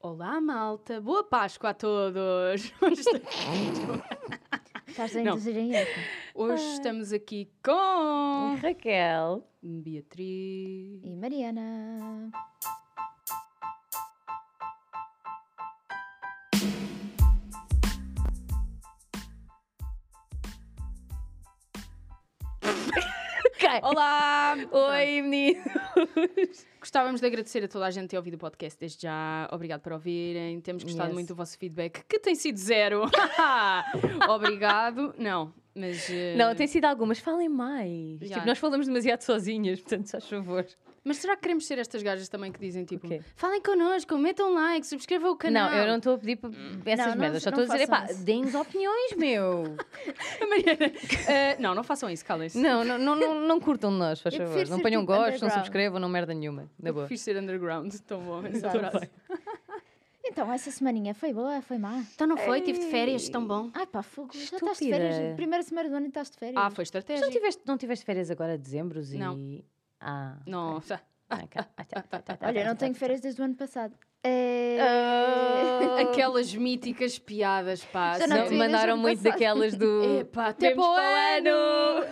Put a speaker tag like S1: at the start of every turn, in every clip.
S1: Olá, malta. Boa Páscoa a todos. Hoje,
S2: é
S1: esta-
S3: Estás a
S1: Não.
S3: induzir em erro.
S1: hoje estamos aqui com
S2: Raquel.
S1: Beatriz.
S3: E Mariana.
S1: Olá!
S2: Oi, menino.
S1: Gostávamos de agradecer a toda a gente que tem ouvido o podcast desde já. Obrigado por ouvirem. Temos gostado
S2: Yes.
S1: muito do vosso feedback, que tem sido zero. Obrigado. Não, mas. eh,
S2: Não, tem sido algumas. Falem mais.
S1: Já.
S2: Tipo, nós falamos demasiado sozinhas, portanto, se faz favor.
S1: Mas será que queremos ser estas gajas também que dizem tipo:
S2: O quê?
S1: falem connosco, metam like, subscrevam o canal?
S2: Não, eu não estou a pedir pa- essas
S3: Não, não-
S2: merdas. Só
S3: não
S2: estou a dizer,
S3: façam
S2: epá,
S3: isso."
S2: deem-nos opiniões, meu.
S1: A Mariana- Eh, não, não façam isso, calem-se.
S2: não, não, não, não, não curtam de nós, faz
S3: Eu
S2: favor.
S3: prefiro
S2: Não
S3: ser
S2: ponham
S3: tipo
S2: gostos, não
S3: underground.
S2: subscrevam, não merda nenhuma. Na
S1: Eu
S2: boa. Tá
S1: prefiro ser underground, tão bom. essa
S3: Exato.
S1: frase.
S3: Então, essa semaninha foi boa, foi má?
S1: Então não foi? Tive de férias, tão bom.
S3: Ai pá, fogo, já estás de
S2: Estúpida.
S3: férias? Primeira semana do ano e estás de férias?
S1: Ah, foi
S2: Mas não
S1: estratégia.
S2: tiveste, não tiveste férias agora, dezembro? E...
S1: Não.
S2: Ah.
S1: Não,
S2: ok. Ah, tá, tá, tá, tá,
S3: Olha,
S2: tá,
S3: não
S2: tá,
S3: tenho
S2: tá. Ah,
S3: férias desde o ano passado. É...
S1: Ah. aquelas míticas piadas, pá.
S3: Já não
S2: Não,
S1: sério.
S3: te vi
S2: mandaram
S3: desde o
S2: muito
S3: passado.
S2: daquelas do.
S1: Epá, até
S2: Temos
S1: para o
S2: para o
S1: ano!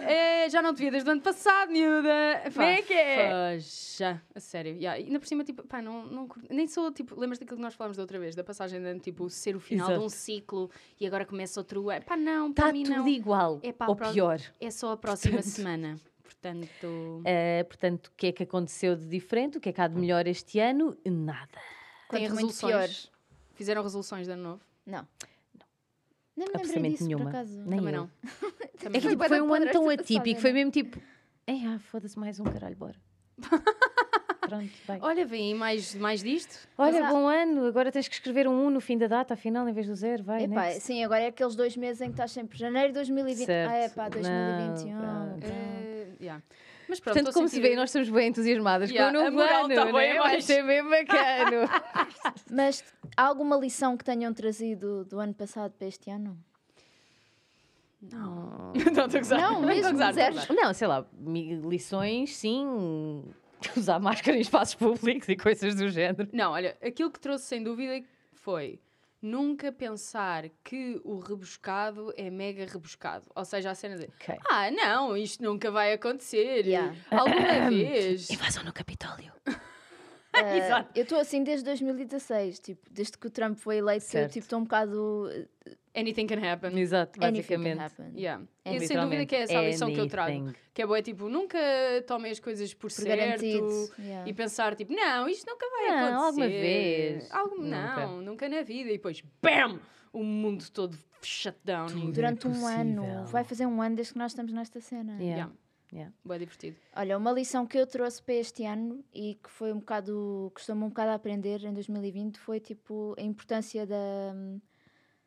S1: É, já não te via desde o ano passado, miúda! Pá,
S2: Vê que é?
S1: Já, a sério. Yeah, E ainda por cima, tipo, pá, não, não curto- Nem sou, tipo, lembras daquilo que nós falámos da outra vez, da passagem de ano, tipo, ser o final de um ciclo e agora começa outro ano. Pá, não, para
S2: Está
S1: mim
S2: tá tudo
S1: não.
S2: igual.
S1: Epá,
S2: ou
S1: pronto.
S2: pior.
S1: É só a próxima
S2: Portanto-
S1: semana. Portanto,
S2: Uh, portanto, o que é que aconteceu de diferente? O que é que há de melhor este ano? Nada.
S1: têm
S3: Quanto muito
S1: resoluções.
S3: pior.
S1: Fizeram resoluções de ano novo?
S3: Não. Nem me lembrei
S2: Absolutamente
S3: disso,
S2: nenhuma.
S3: por acaso.
S2: Nem
S1: Também
S2: eu.
S1: não.
S2: É
S1: Também
S2: que
S1: não.
S2: tipo,
S3: Bué
S2: foi
S3: da
S2: um ano
S3: podre
S2: tão
S3: esta
S2: atípico,
S3: passagem.
S1: né?
S2: foi mesmo tipo. Ei, ah, foda-se mais um caralho, bora. Pronto, vai.
S1: Olha, vem aí mais, mais disto.
S2: Olha,
S3: mas há-
S2: bom ano, agora tens que escrever um 1 no fim da data, afinal, em vez do zero, vai. né?
S3: Epá,
S2: next.
S3: sim, agora é aqueles dois meses em que estás sempre janeiro de 2020. Ah,
S2: Certo.
S3: epá,
S2: Não,
S3: 2021.
S2: pá.
S3: pá.
S1: Eh, yeah. Mas pronto,
S2: Portanto,
S1: estou a
S2: como se
S1: sentir-
S2: vê, nós estamos bem entusiasmadas
S1: Yeah,
S2: com o
S1: a
S2: novo
S1: moral
S2: ano,
S1: tá
S2: né?
S1: bem
S2: vai
S1: baixa.
S2: ser bem bacana.
S3: Mas há alguma lição que tenham trazido do ano passado para este ano?
S2: não.
S1: Não, estou a gozar.
S3: Não,
S1: Estou a gozar,
S3: mesmo,
S1: estou a
S3: zero.
S1: gozar.
S2: não, sei lá, mi- lições, sim, usar máscara em espaços públicos e coisas do género.
S1: Não, olha, aquilo que trouxe sem dúvida foi nunca pensar que o rebuscado é mega rebuscado. Ou seja, a cena de
S2: Ok.
S1: ah, não, isto nunca vai acontecer.
S3: Yeah.
S1: Alguma vez.
S2: Invasão no Capitólio. É.
S3: Ah,
S1: Exato.
S3: Eu estou assim desde 2016, tipo, desde que o Trump foi eleito, eu
S2: Certo.
S3: tipo, estou um bocado.
S1: Anything can happen.
S2: Exato,
S3: Anything
S2: basicamente.
S3: can happen.
S1: Yeah.
S3: É,
S1: E sem dúvida que é essa a lição que eu trago.
S2: Anything.
S1: Que é boa, tipo, nunca tomem as coisas por
S3: Por
S1: certo.
S3: garantido. yeah.
S1: E pensar, tipo, não, isto nunca vai
S2: Não,
S1: acontecer.
S2: alguma vez.
S1: Algo-
S2: É, Nunca.
S1: não, nunca na vida. E depois, BAM! O mundo todo shutdown.
S2: Tudo.
S1: E...
S3: Durante um
S2: possível.
S3: ano, vai fazer um ano desde que nós estamos nesta cena.
S2: Yeah.
S1: Yeah.
S2: Yeah.
S1: Bué divertido.
S3: Olha, uma lição que eu trouxe para este ano e que foi um bocado. costumo um bocado a aprender em 2020 foi tipo a importância da,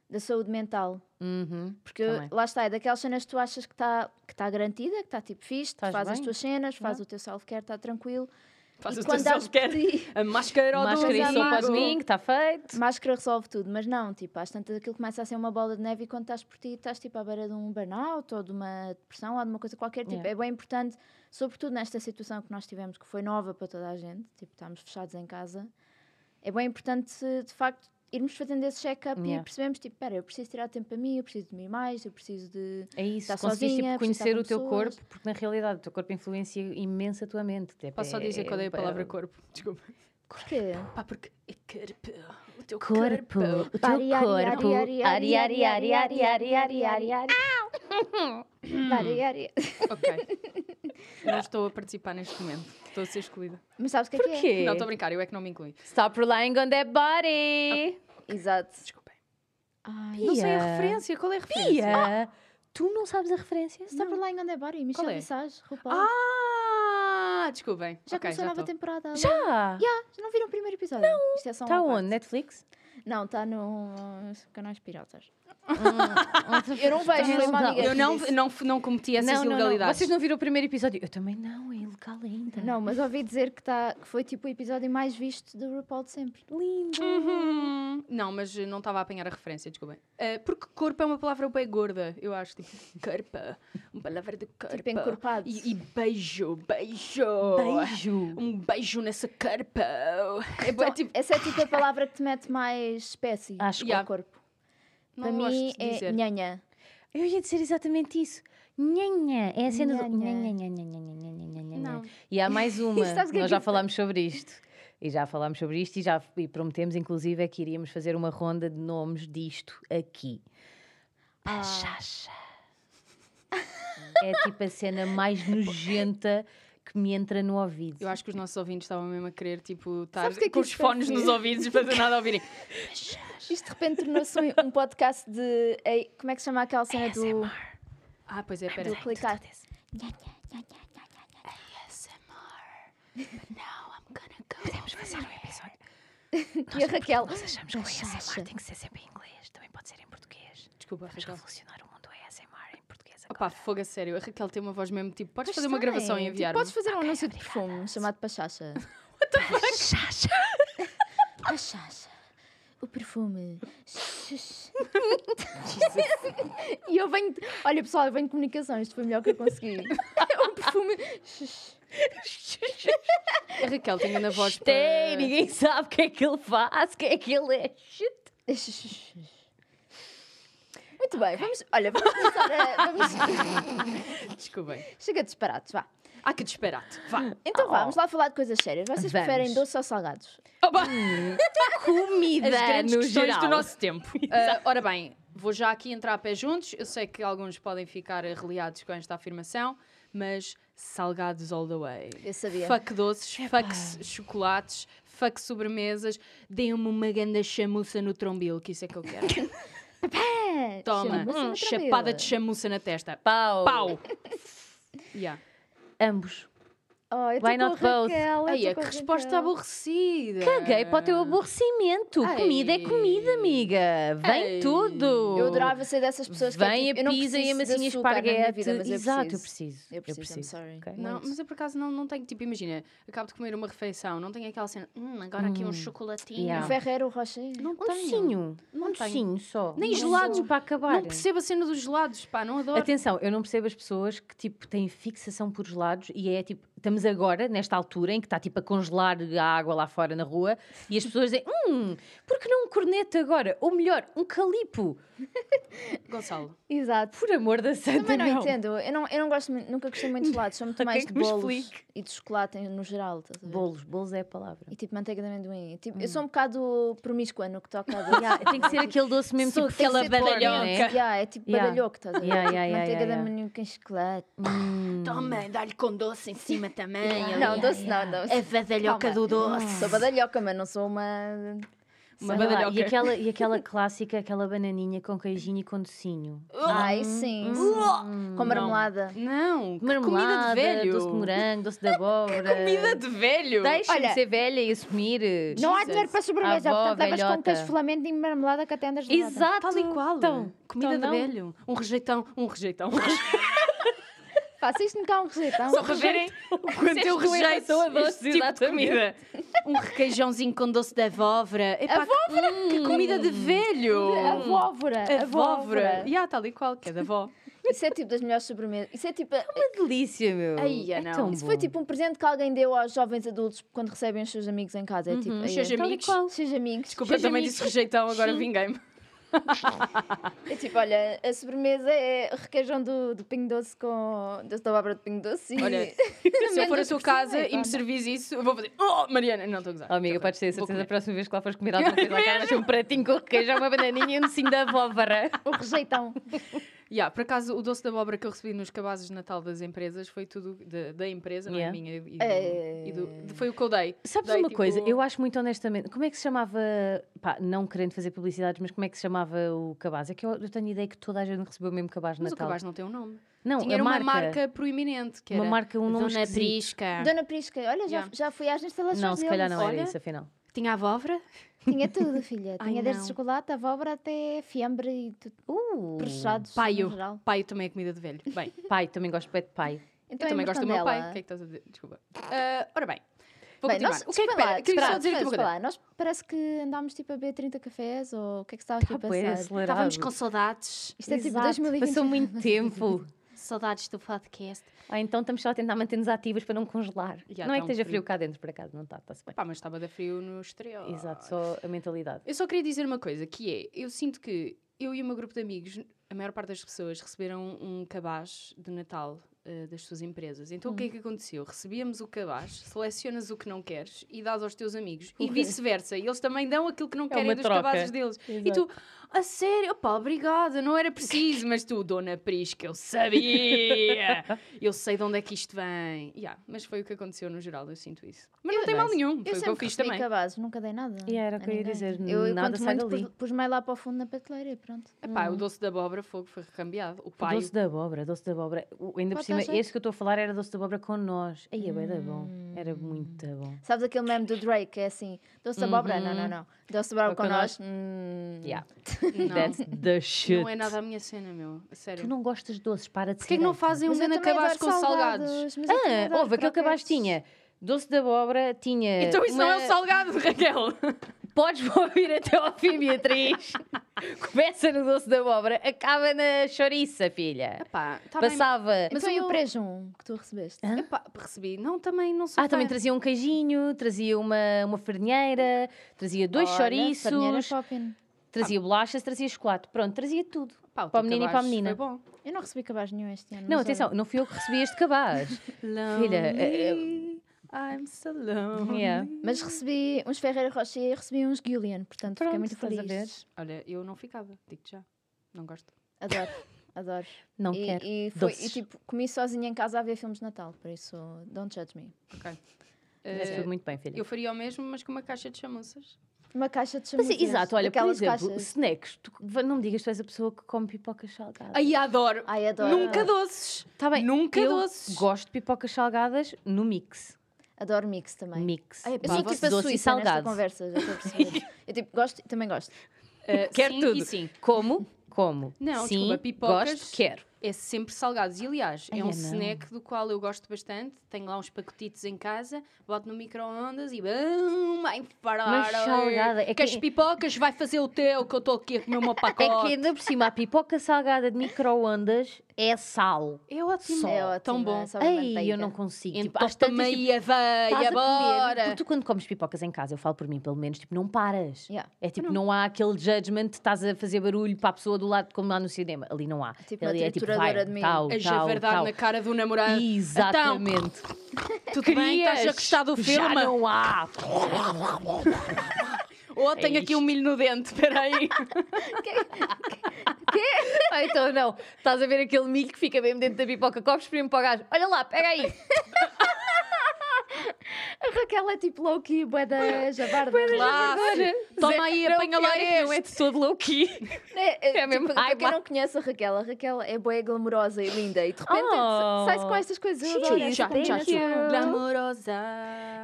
S3: da saúde mental.
S2: Uhum.
S3: Porque
S2: Também.
S3: lá está, é daquelas cenas que tu achas que está que tá garantida, que está tipo fixe, tu
S2: Estás
S3: faz as
S2: bem?
S3: tuas cenas, faz
S2: Yeah.
S3: o teu self-care, está tranquilo.
S1: Faz
S3: e
S1: o teu
S3: quando dás por
S1: self-care.
S3: ti,
S1: A máscara ao
S2: Máscara e
S1: dois
S2: sopa de
S1: amigos.
S2: mim, está feito.
S3: Máscara resolve tudo, mas não, tipo, às tantas aquilo começa a ser uma bola de neve e quando estás por ti estás tipo à beira de um burnout ou de uma depressão ou de uma coisa qualquer, tipo,
S2: Yeah.
S3: é bem importante, sobretudo nesta situação que nós tivemos, que foi nova para toda a gente, tipo, estamos fechados em casa, é bem importante se, de facto irmos fazendo esse check-up
S2: Yeah.
S3: e percebemos, tipo, pera, eu preciso tirar tempo para mim, eu preciso dormir mais, eu preciso de...
S2: É isso,
S3: Tá
S2: conseguiste tipo,
S3: sozinha, precisa
S2: conhecer o
S3: estar
S2: teu
S3: com pessoas.
S2: corpo, porque na realidade o teu corpo influencia imenso a tua mente. Tipo,
S1: Posso só dizer qual é a palavra
S2: corpo?
S1: corpo? Desculpa.
S3: Porquê?
S1: Pá, porque é corpo. O teu corpo.
S2: Corpo, o teu
S3: Ari, ari,
S2: corpo.
S3: ari,
S2: Ari,
S3: ari,
S2: ari, ari, ari, ari, ari, ari, ari.
S3: Ari, ari.
S1: Ok. não estou a participar neste momento. Estou a ser excluída.
S3: Mas sabes o que é que
S2: Porquê?
S1: Não, estou a brincar. Eu é que não me incluí.
S2: Stop relying on that
S1: Ah,
S2: body.
S3: é? Exato.
S1: Desculpem.
S3: Ai,
S2: Pia.
S1: Não sei a referência. Qual é a referência?
S2: Pia, tu não sabes a referência?
S3: Stop relying on their body, Michelle
S1: é?
S3: Visage, RuPaul.
S1: Ah, desculpem.
S3: já
S1: Ok,
S3: começou a nova
S1: estou.
S3: temporada.
S2: Já!
S3: Yeah, já não viram o primeiro episódio? Não. Isto é só
S1: Tá
S2: Está
S3: uma
S2: onde?
S3: parte.
S2: Netflix?
S3: Não, está nos canais piratas.
S2: Hum,
S3: Eu não vejo,
S2: Também
S3: foi uma
S2: não.
S3: amiga.
S1: Eu não, não, não cometi essas
S2: não, não, não.
S1: ilegalidades.
S2: Vocês não viram o primeiro episódio? Eu também não, é ilegal ainda.
S3: Não, mas tá, ouvi dizer que, tá, que foi tipo o episódio mais visto do RuPaul de sempre.
S2: Lindo.
S1: Uhum. Não, mas eh, não estava a apanhar a referência, desculpem. Eh, porque corpo é uma palavra bem gorda, eu acho. Tipo, carpa. Uma palavra de carpa.
S3: Tipo encorpado.
S1: E, é e beijo, beijo.
S2: Beijo.
S1: Um beijo nessa carpa. É, bué,
S3: Então,
S1: tipo,
S3: Essa é tipo a palavra que te mete mais espécie
S2: Acho
S3: ao
S1: que- Yeah.
S3: corpo.
S1: não
S3: Para
S1: gosto
S3: mim
S1: de
S3: é
S1: dizer.
S3: nhanha.
S2: Eu ia dizer exatamente isso. Nhanha. É a cena do.
S3: Nhanha.
S2: Nhanha, nhanha, nhanha, nhanha, nhanha.
S1: Não.
S2: E há mais uma.
S3: Sabes o que é
S2: Nós
S3: que
S2: já
S3: isso
S2: falámos sobre isto. E já falámos sobre isto e já e prometemos, inclusive, é que iríamos fazer uma ronda de nomes disto aqui.
S3: Ah,
S2: Pachacha. É tipo a cena mais nojenta que me entra no ouvido.
S1: Eu acho que os nossos ouvintes estavam mesmo a querer, tipo, estar
S3: Sabes o que é que
S1: com os
S3: isto vai
S1: fones
S3: ser?
S1: nos ouvidos para do nada ouvirem.
S3: Isto de repente tornou-se um, um podcast de. ei, como é que se chama aquela cena do,
S1: Ah, pois é, pera.
S3: do clicar?
S2: Podemos fazer um episódio.
S3: E a Raquel.
S2: achamos
S3: que o ASMR Pachacha. tem
S2: que ser sempre em inglês, também pode ser em português.
S1: Desculpa, Raquel.
S2: revolucionar o mundo ASMR em português
S1: Opá, fogo a sério. A Raquel tem uma voz mesmo, tipo, podes
S3: Pois
S1: fazer uma
S3: tem.
S1: gravação e
S3: Tipo,
S1: enviar
S3: Podes fazer um anúncio de perfume chamado Pachacha. Pachacha. O perfume. e eu venho. Olha, pessoal, eu venho de comunicação. Isto foi o melhor que eu consegui. o perfume.
S1: A Raquel tem a voz para-
S2: Tem, ninguém sabe o que é que ele faz, o que é que ele é.
S3: Muito bem, vamos. Olha, vamos começar a. Vamos,
S1: Desculpem.
S3: chega de disparados, vá.
S1: Ah, que disparate. Vá.
S3: Então
S2: Oh.
S3: vá, vamos lá falar de coisas sérias. Vocês
S2: Vamos.
S3: preferem doces ou salgados?
S1: Opa,
S3: Hum.
S2: Comida
S1: as grandes
S2: no
S1: questões
S2: geral.
S1: do nosso tempo. Ah, ora bem, vou já aqui entrar a pé juntos. Eu sei que alguns podem ficar reliados com esta afirmação, mas salgados all the way.
S3: Eu sabia.
S1: Fuck doces, fuck s- chocolates, fuck sobremesas. Deem-me uma ganda chamuça no trombilo, que isso é que eu quero.
S3: É,
S1: Toma,
S3: chama-se
S1: hum,
S3: uma
S1: chapada
S3: trambela.
S1: de chamuça na testa.
S2: Pau.
S1: Pau! yeah.
S2: Ambos.
S3: Oh, eu tô
S2: Why
S3: com a
S2: not both?
S3: Raquel, eu
S1: Aí,
S3: tô
S1: é
S3: com
S1: que
S3: a
S1: resposta
S3: Raquel.
S1: aborrecida.
S2: Caguei para o teu aborrecimento.
S1: Ai.
S2: Comida é comida, amiga. Vem
S1: Ei.
S2: tudo.
S3: Eu adorava ser dessas pessoas que é
S2: Vem
S3: tipo, eu
S2: a
S3: não
S2: pizza e
S3: preciso de
S2: a massinha
S3: açúcar na minha
S2: esparguete.
S3: vida, mas eu
S2: Exato, eu
S3: preciso.
S2: preciso.
S3: Eu preciso, I'm sorry.
S2: Ok,
S1: Não,
S2: muito.
S1: mas eu por acaso não, não tenho, tipo, imagina, acabo de comer uma refeição, não tenho aquela cena, hum, agora aqui um chocolatinho.
S3: O
S2: Yeah.
S3: Ferreiro Rocher.
S1: Não
S2: Um
S1: tenho.
S2: docinho.
S1: Não
S2: Um
S1: tenho.
S2: docinho só.
S1: Nem
S2: Um
S1: gelados.
S2: docinho para acabar.
S1: Não percebo a cena dos gelados, pá, não adoro.
S2: Atenção, eu não percebo as pessoas que tipo têm fixação por gelados e é tipo, estamos agora nesta altura em que está tipo a congelar a água lá fora na rua e as pessoas dizem, hum, por que não um corneto agora? Ou melhor, um calipo.
S1: Gonçalo.
S3: Exato.
S2: Por amor da santa,
S3: Também não, entendo. Eu não, eu não gosto muito, nunca gostei muito de gelados. Sou muito
S2: Alguém
S3: mais de
S2: que Então me
S3: bolos
S2: explique.
S3: e de chocolate em- no geral. estás a ver?
S2: Bolos, bolos é a palavra.
S3: E tipo manteiga de amendoim. E,
S2: Hum.
S3: tipo, Eu sou um bocado promíscua no que toca a doce.
S2: Tem que ser aquele doce mesmo,
S1: Sou
S2: tipo
S1: tem que
S2: aquela
S1: ser de borda,
S2: badalhoca.
S1: né?
S3: Yeah, é tipo
S2: Yeah.
S3: badalhoco, estás a ver?
S2: Yeah,
S3: Tipo,
S2: yeah, yeah,
S3: manteiga
S2: yeah,
S3: de amendoim com chocolate.
S1: Toma, dá-lhe com doce em cima também.
S3: não, doce não, doce.
S1: vadalhoca
S3: do
S2: É
S1: doce.
S3: Sou badalhoca, mas não sou uma.
S1: Uma
S2: Sei lá,
S1: badalhoca.
S2: e, aquela, e aquela clássica, aquela bananinha com queijinho e com docinho.
S3: Ai, sim. sim.
S2: Hum.
S3: Com marmelada.
S1: Não, que comida
S2: Marmelada,
S1: de velho.
S2: doce de morango, doce de abóbora.
S1: Comida de velho.
S2: Deixa-me
S3: Olha-
S2: ser velha e assumir. eh,
S3: Não há
S1: Jesus.
S3: dinheiro para sobremesa,
S2: Avó,
S3: portanto levas com
S2: velhota.
S3: queijo flamengo e marmelada que até andas de lado.
S2: Exato.
S1: Tal e qual.
S2: Então,
S1: comida
S2: então
S1: de
S2: não.
S1: velho. Um rejeitão, um rejeitão.
S3: Faça isto nunca há um rejeitão.
S1: Só para verem o quanto eu
S2: Disseste tu em
S1: rejeito
S2: relação a doces,
S1: este tipo de
S2: é exatamente.
S1: comida. Um requeijãozinho com doce de abóvora. Epá, abóvora? Que, que comida
S2: Hum.
S1: de velho!
S3: A vóvora. A vóvora.
S1: um- E há tal e qual, que é da avó.
S3: Isso é tipo das melhores sobremesas. Isso é tipo.
S2: Uma delícia, meu.
S1: Ai,
S2: é
S1: não.
S2: tão
S3: Isso
S2: bom.
S3: foi tipo um presente que alguém deu aos jovens adultos quando recebem os seus amigos em casa. É tipo. aí
S1: Os seus
S3: é.
S1: amigos.
S3: Os seus amigos.
S1: Desculpa, eu
S3: Seus
S1: também
S3: amigos.
S1: disse rejeitão, agora
S3: Sim.
S1: vinguei-me.
S3: É tipo, olha, a sobremesa é requeijão do, do Pingo Doce com. doce da abóbora de Pingo Doce. e-
S1: Olha, Se eu for à
S3: amêndoas
S1: tua
S3: por
S1: casa
S3: cima,
S1: e
S3: pá.
S1: me servis isso, eu vou fazer. Oh, Mariana! Não, estou a gozar.
S2: Oh, amiga,
S1: Estou a
S2: podes ter a
S1: gozar. Vou
S2: certeza a
S1: comer.
S2: próxima vez que lá fores comer alguma coisa, lá cargas um pratinho com requeijão, uma bananinha e um docinho da abóbora.
S3: O rejeitão.
S1: Yeah, por acaso, o doce da abóbora que eu recebi nos cabazes de Natal das empresas foi tudo da, da empresa,
S2: Yeah.
S1: não é minha. E do,
S3: É.
S1: e do- foi o que eu dei.
S2: Sabes
S1: Dei,
S2: uma coisa?
S1: tipo,
S2: Eu acho muito honestamente. Como é que se chamava. Pá, não querendo fazer publicidades, mas como é que se chamava o cabaz? É que eu, eu tenho a ideia que toda a gente recebeu o mesmo cabaz de
S1: Mas o
S2: Natal.
S1: cabaz não tem um nome.
S2: Não,
S1: Tinha
S2: a
S1: era uma
S2: marca,
S1: marca proeminente, que era
S2: Uma marca, um nome
S1: Dona
S2: esquisito.
S1: Prisca.
S3: Dona Prisca, olha, já,
S1: Yeah.
S3: já fui às instalações
S2: Não, se calhar
S3: deles.
S2: não era
S1: assim, Olha.
S2: isso, afinal.
S1: Tinha abóvora?
S3: Tinha tudo, filha.
S1: Ai,
S3: Tinha
S1: não.
S3: desde chocolate, abóbora até fiambre e tudo.
S2: Uh,
S3: Processados.
S1: Paio.
S3: no geral.
S1: Pai também é comida de velho. Bem,
S2: Pai, também gosto de pé de pai.
S3: Então
S1: eu
S3: é
S1: também gosto do meu pai. O
S3: mortandela.
S1: que é que estás a dizer? Desculpa. Ah, ora bem, Vou
S3: Bem, nós,
S1: continuar. O que é que
S3: espera lá,
S1: pera? Queria só
S3: espera,
S1: dizer aqui uma
S3: espera
S1: coisa.
S3: lá. Nós parece que andámos tipo a beber 30 cafés ou o que é que se estava
S1: Tá
S3: aqui a passar?
S1: Estávamos com saudades.
S3: Isto é tipo
S2: Exato,
S3: 2020.
S2: Passou muito tempo.
S1: Saudades do podcast.
S2: Ou então estamos só a tentar manter-nos ativas para não congelar.
S1: Já
S2: não é
S1: tá
S2: que
S1: um
S2: esteja
S1: frio.
S2: frio cá dentro, por acaso, não está, está-se bem.
S1: Pá, mas estava da frio no exterior.
S2: Exato, só a mentalidade.
S1: Eu só queria dizer uma coisa, que é, eu sinto que eu e o meu grupo de amigos, a maior parte das pessoas receberam um cabaz de Natal eh, das suas empresas. Então o que é que aconteceu? Recebíamos o cabaz, selecionas o que não queres e dás aos teus amigos e vice-versa. E eles também dão aquilo que não querem
S2: uma
S1: dos
S2: troca.
S1: cabazes deles. E tu, a sério, pá, obrigada, não era preciso, mas tu, dona Prisca, eu sabia, eu sei de onde é que isto vem. Yeah, mas foi o que aconteceu no geral, eu sinto isso. Mas não tem mal
S2: nice.
S1: nenhum, foi
S3: Eu
S1: o que eu
S3: sempre
S1: fiz
S3: recebi
S1: também.
S3: cabazes, nunca dei nada.
S2: E era o
S3: a
S2: que eu ia
S3: ninguém.
S2: dizer,
S3: Eu,
S2: nada
S3: quando
S2: sai
S3: muito,
S2: dali.
S3: pus- pus mais lá para o fundo na prateleira e pronto.
S1: Epá, o doce da abóbora fogo foi recambiado. O pai.
S2: Hum. Doce da abóbora, doce da abóbora. O- Ainda por
S3: Pá, tá
S2: cima,
S3: jeito.
S2: este que eu estou a falar era doce da abóbora com nós. Aí é bué da bom.
S1: Hum.
S2: Era muito bom.
S3: Sabes aquele meme do Drake, que é assim, doce
S1: Uhum.
S3: de abóbora? Não, não, não. Doce de abóbora
S2: Ou
S3: com
S2: com
S3: nós? Hum.
S2: Yeah. That's
S1: Não,
S2: the shit.
S1: não é nada a minha cena, meu. A sério.
S2: Tu não gostas de doces, para de ser.
S1: Porquê é que não fazem um
S3: Mas eu
S1: grande
S3: também
S1: cabaz
S3: adoro
S1: com salgados?
S3: mas eu também
S2: Ah,
S3: adoro
S2: houve aquele que abaixo
S3: croquetes.
S2: tinha. Doce da abóbora tinha.
S1: Então isso não é
S2: uma-
S1: um salgado, Raquel.
S2: Podes ouvir até ao fim, Beatriz. Começa no doce da abóbora, acaba na chouriça, filha.
S1: Epá, tá bem.
S2: Passava.
S1: Mas
S3: Mas foi
S1: eu-
S3: Então o prejum que tu recebeste.
S1: Epá, recebi. Não, também não sou
S2: Ah, também
S1: fã.
S2: trazia um queijinho, trazia uma, uma farinheira, trazia dois
S3: Olha, é farinheira
S2: chouriços,
S3: Poppin.
S2: trazia bolachas, trazia chocolate. Pronto, trazia tudo.
S1: Pá, o
S2: Para o
S1: teu
S2: menino e
S1: cabaz
S2: para a menina.
S1: Foi bom.
S3: Eu não recebi cabaz nenhum este ano.
S2: Não,
S3: mas
S2: atenção,
S3: olha.
S2: não fui eu que recebi este cabaz. Filha, é- é-
S1: Lonely, I'm so lonely.
S2: Yeah.
S3: Mas recebi uns Ferreira Rocher e recebi uns Guilherme, portanto
S2: Pronto,
S3: fiquei muito
S2: estás
S3: feliz.
S2: a
S1: Olha, eu não ficava, digo-te já. Não gosto.
S3: Adoro, adoro.
S2: Não
S3: e,
S2: quero.
S3: e, foi, e
S2: Doces.
S3: tipo, comi sozinha em casa a ver filmes de Natal, por isso don't judge me.
S2: Mas é
S1: Eh,
S2: tudo muito bem, filha.
S1: eu faria o mesmo, mas com uma caixa de chamuças.
S3: Uma caixa de
S2: Mas,
S3: chamuscas.
S2: exato, olha, por
S3: aquelas
S2: exemplo,
S3: caixas.
S2: snacks. Tu, não me digas que tu és a pessoa que come pipocas salgadas.
S1: Ai, adoro.
S3: Ai, adoro.
S1: Nunca doces.
S2: Tá bem,
S1: Nunca
S2: eu
S1: doces.
S2: gosto de pipocas salgadas no mix.
S3: Adoro mix também.
S2: Mix.
S1: Ai,
S3: Eu
S1: pá,
S3: sou
S1: você
S3: tipo a
S2: doce e
S3: Suíça nesta
S2: salgado.
S3: conversa, já estou a perceber. Eu tipo, gosto, também gosto.
S1: Eh,
S2: Quero
S1: sim
S2: tudo.
S1: E sim.
S2: Como? Como?
S1: Não,
S2: Sim,
S1: desculpa, pipocas-
S2: gosto, quero.
S1: É sempre salgados. E aliás,
S2: Ai,
S1: é
S2: é
S1: um
S2: não.
S1: snack do qual eu gosto bastante. Tenho lá uns pacotitos em casa, boto no micro-ondas e bum, vai parar.
S2: Mas salgada,
S1: É
S2: é que-
S1: que as pipocas vai fazer o teu, que eu estou aqui a comer o meu
S2: É que
S1: pacote.
S2: ainda por cima, a pipoca salgada de micro-ondas é sal.
S1: É ótimo.
S2: Só.
S3: É ótimo.
S1: Tão bom.
S3: Sabe a
S2: Ei, eu
S3: manteiga.
S2: não consigo. Tipo,
S1: Então
S2: às tantas,
S1: também
S2: tipo,
S1: a veia,
S2: estás a comer.
S1: bora.
S2: Porque tu quando comes pipocas em casa, eu falo por mim pelo menos, tipo, não paras.
S3: Yeah.
S2: É tipo, não. há aquele judgment, estás a fazer barulho para a pessoa do lado, como lá no cinema. Ali não há.
S3: Tipo,
S2: Ali
S3: uma
S2: é tipo,
S3: trituradora
S2: vai,
S3: de milho.
S2: tal,
S1: A
S2: tal,
S1: javardar
S2: tal.
S1: na cara do namorado. Então,
S2: Exatamente.
S1: tudo bem? Estás a gostar do
S2: Querias?
S1: filme?
S2: Já não há.
S1: Ou tenho aqui um milho no dente, peraí.
S2: Ah, então não. Estás a ver aquele milho que fica mesmo dentro da pipoca. Copos primo para o gajo. Olha lá, pega aí.
S3: A Raquel é tipo low-key, bué da jabarda.
S1: Claro. Toma aí, apanha lá
S2: eu. É
S1: este.
S2: de todo low key.
S3: É, é,
S2: É mesmo
S3: tipo, para quem
S2: raiva.
S3: não conhece a Raquel, a Raquel é boa, glamourosa e linda e de repente
S2: Oh.
S3: sai-se com estas coisas. Eu adoro
S1: Já,
S3: essa
S1: já,
S3: combinação.
S2: é
S1: já. Glamourosa.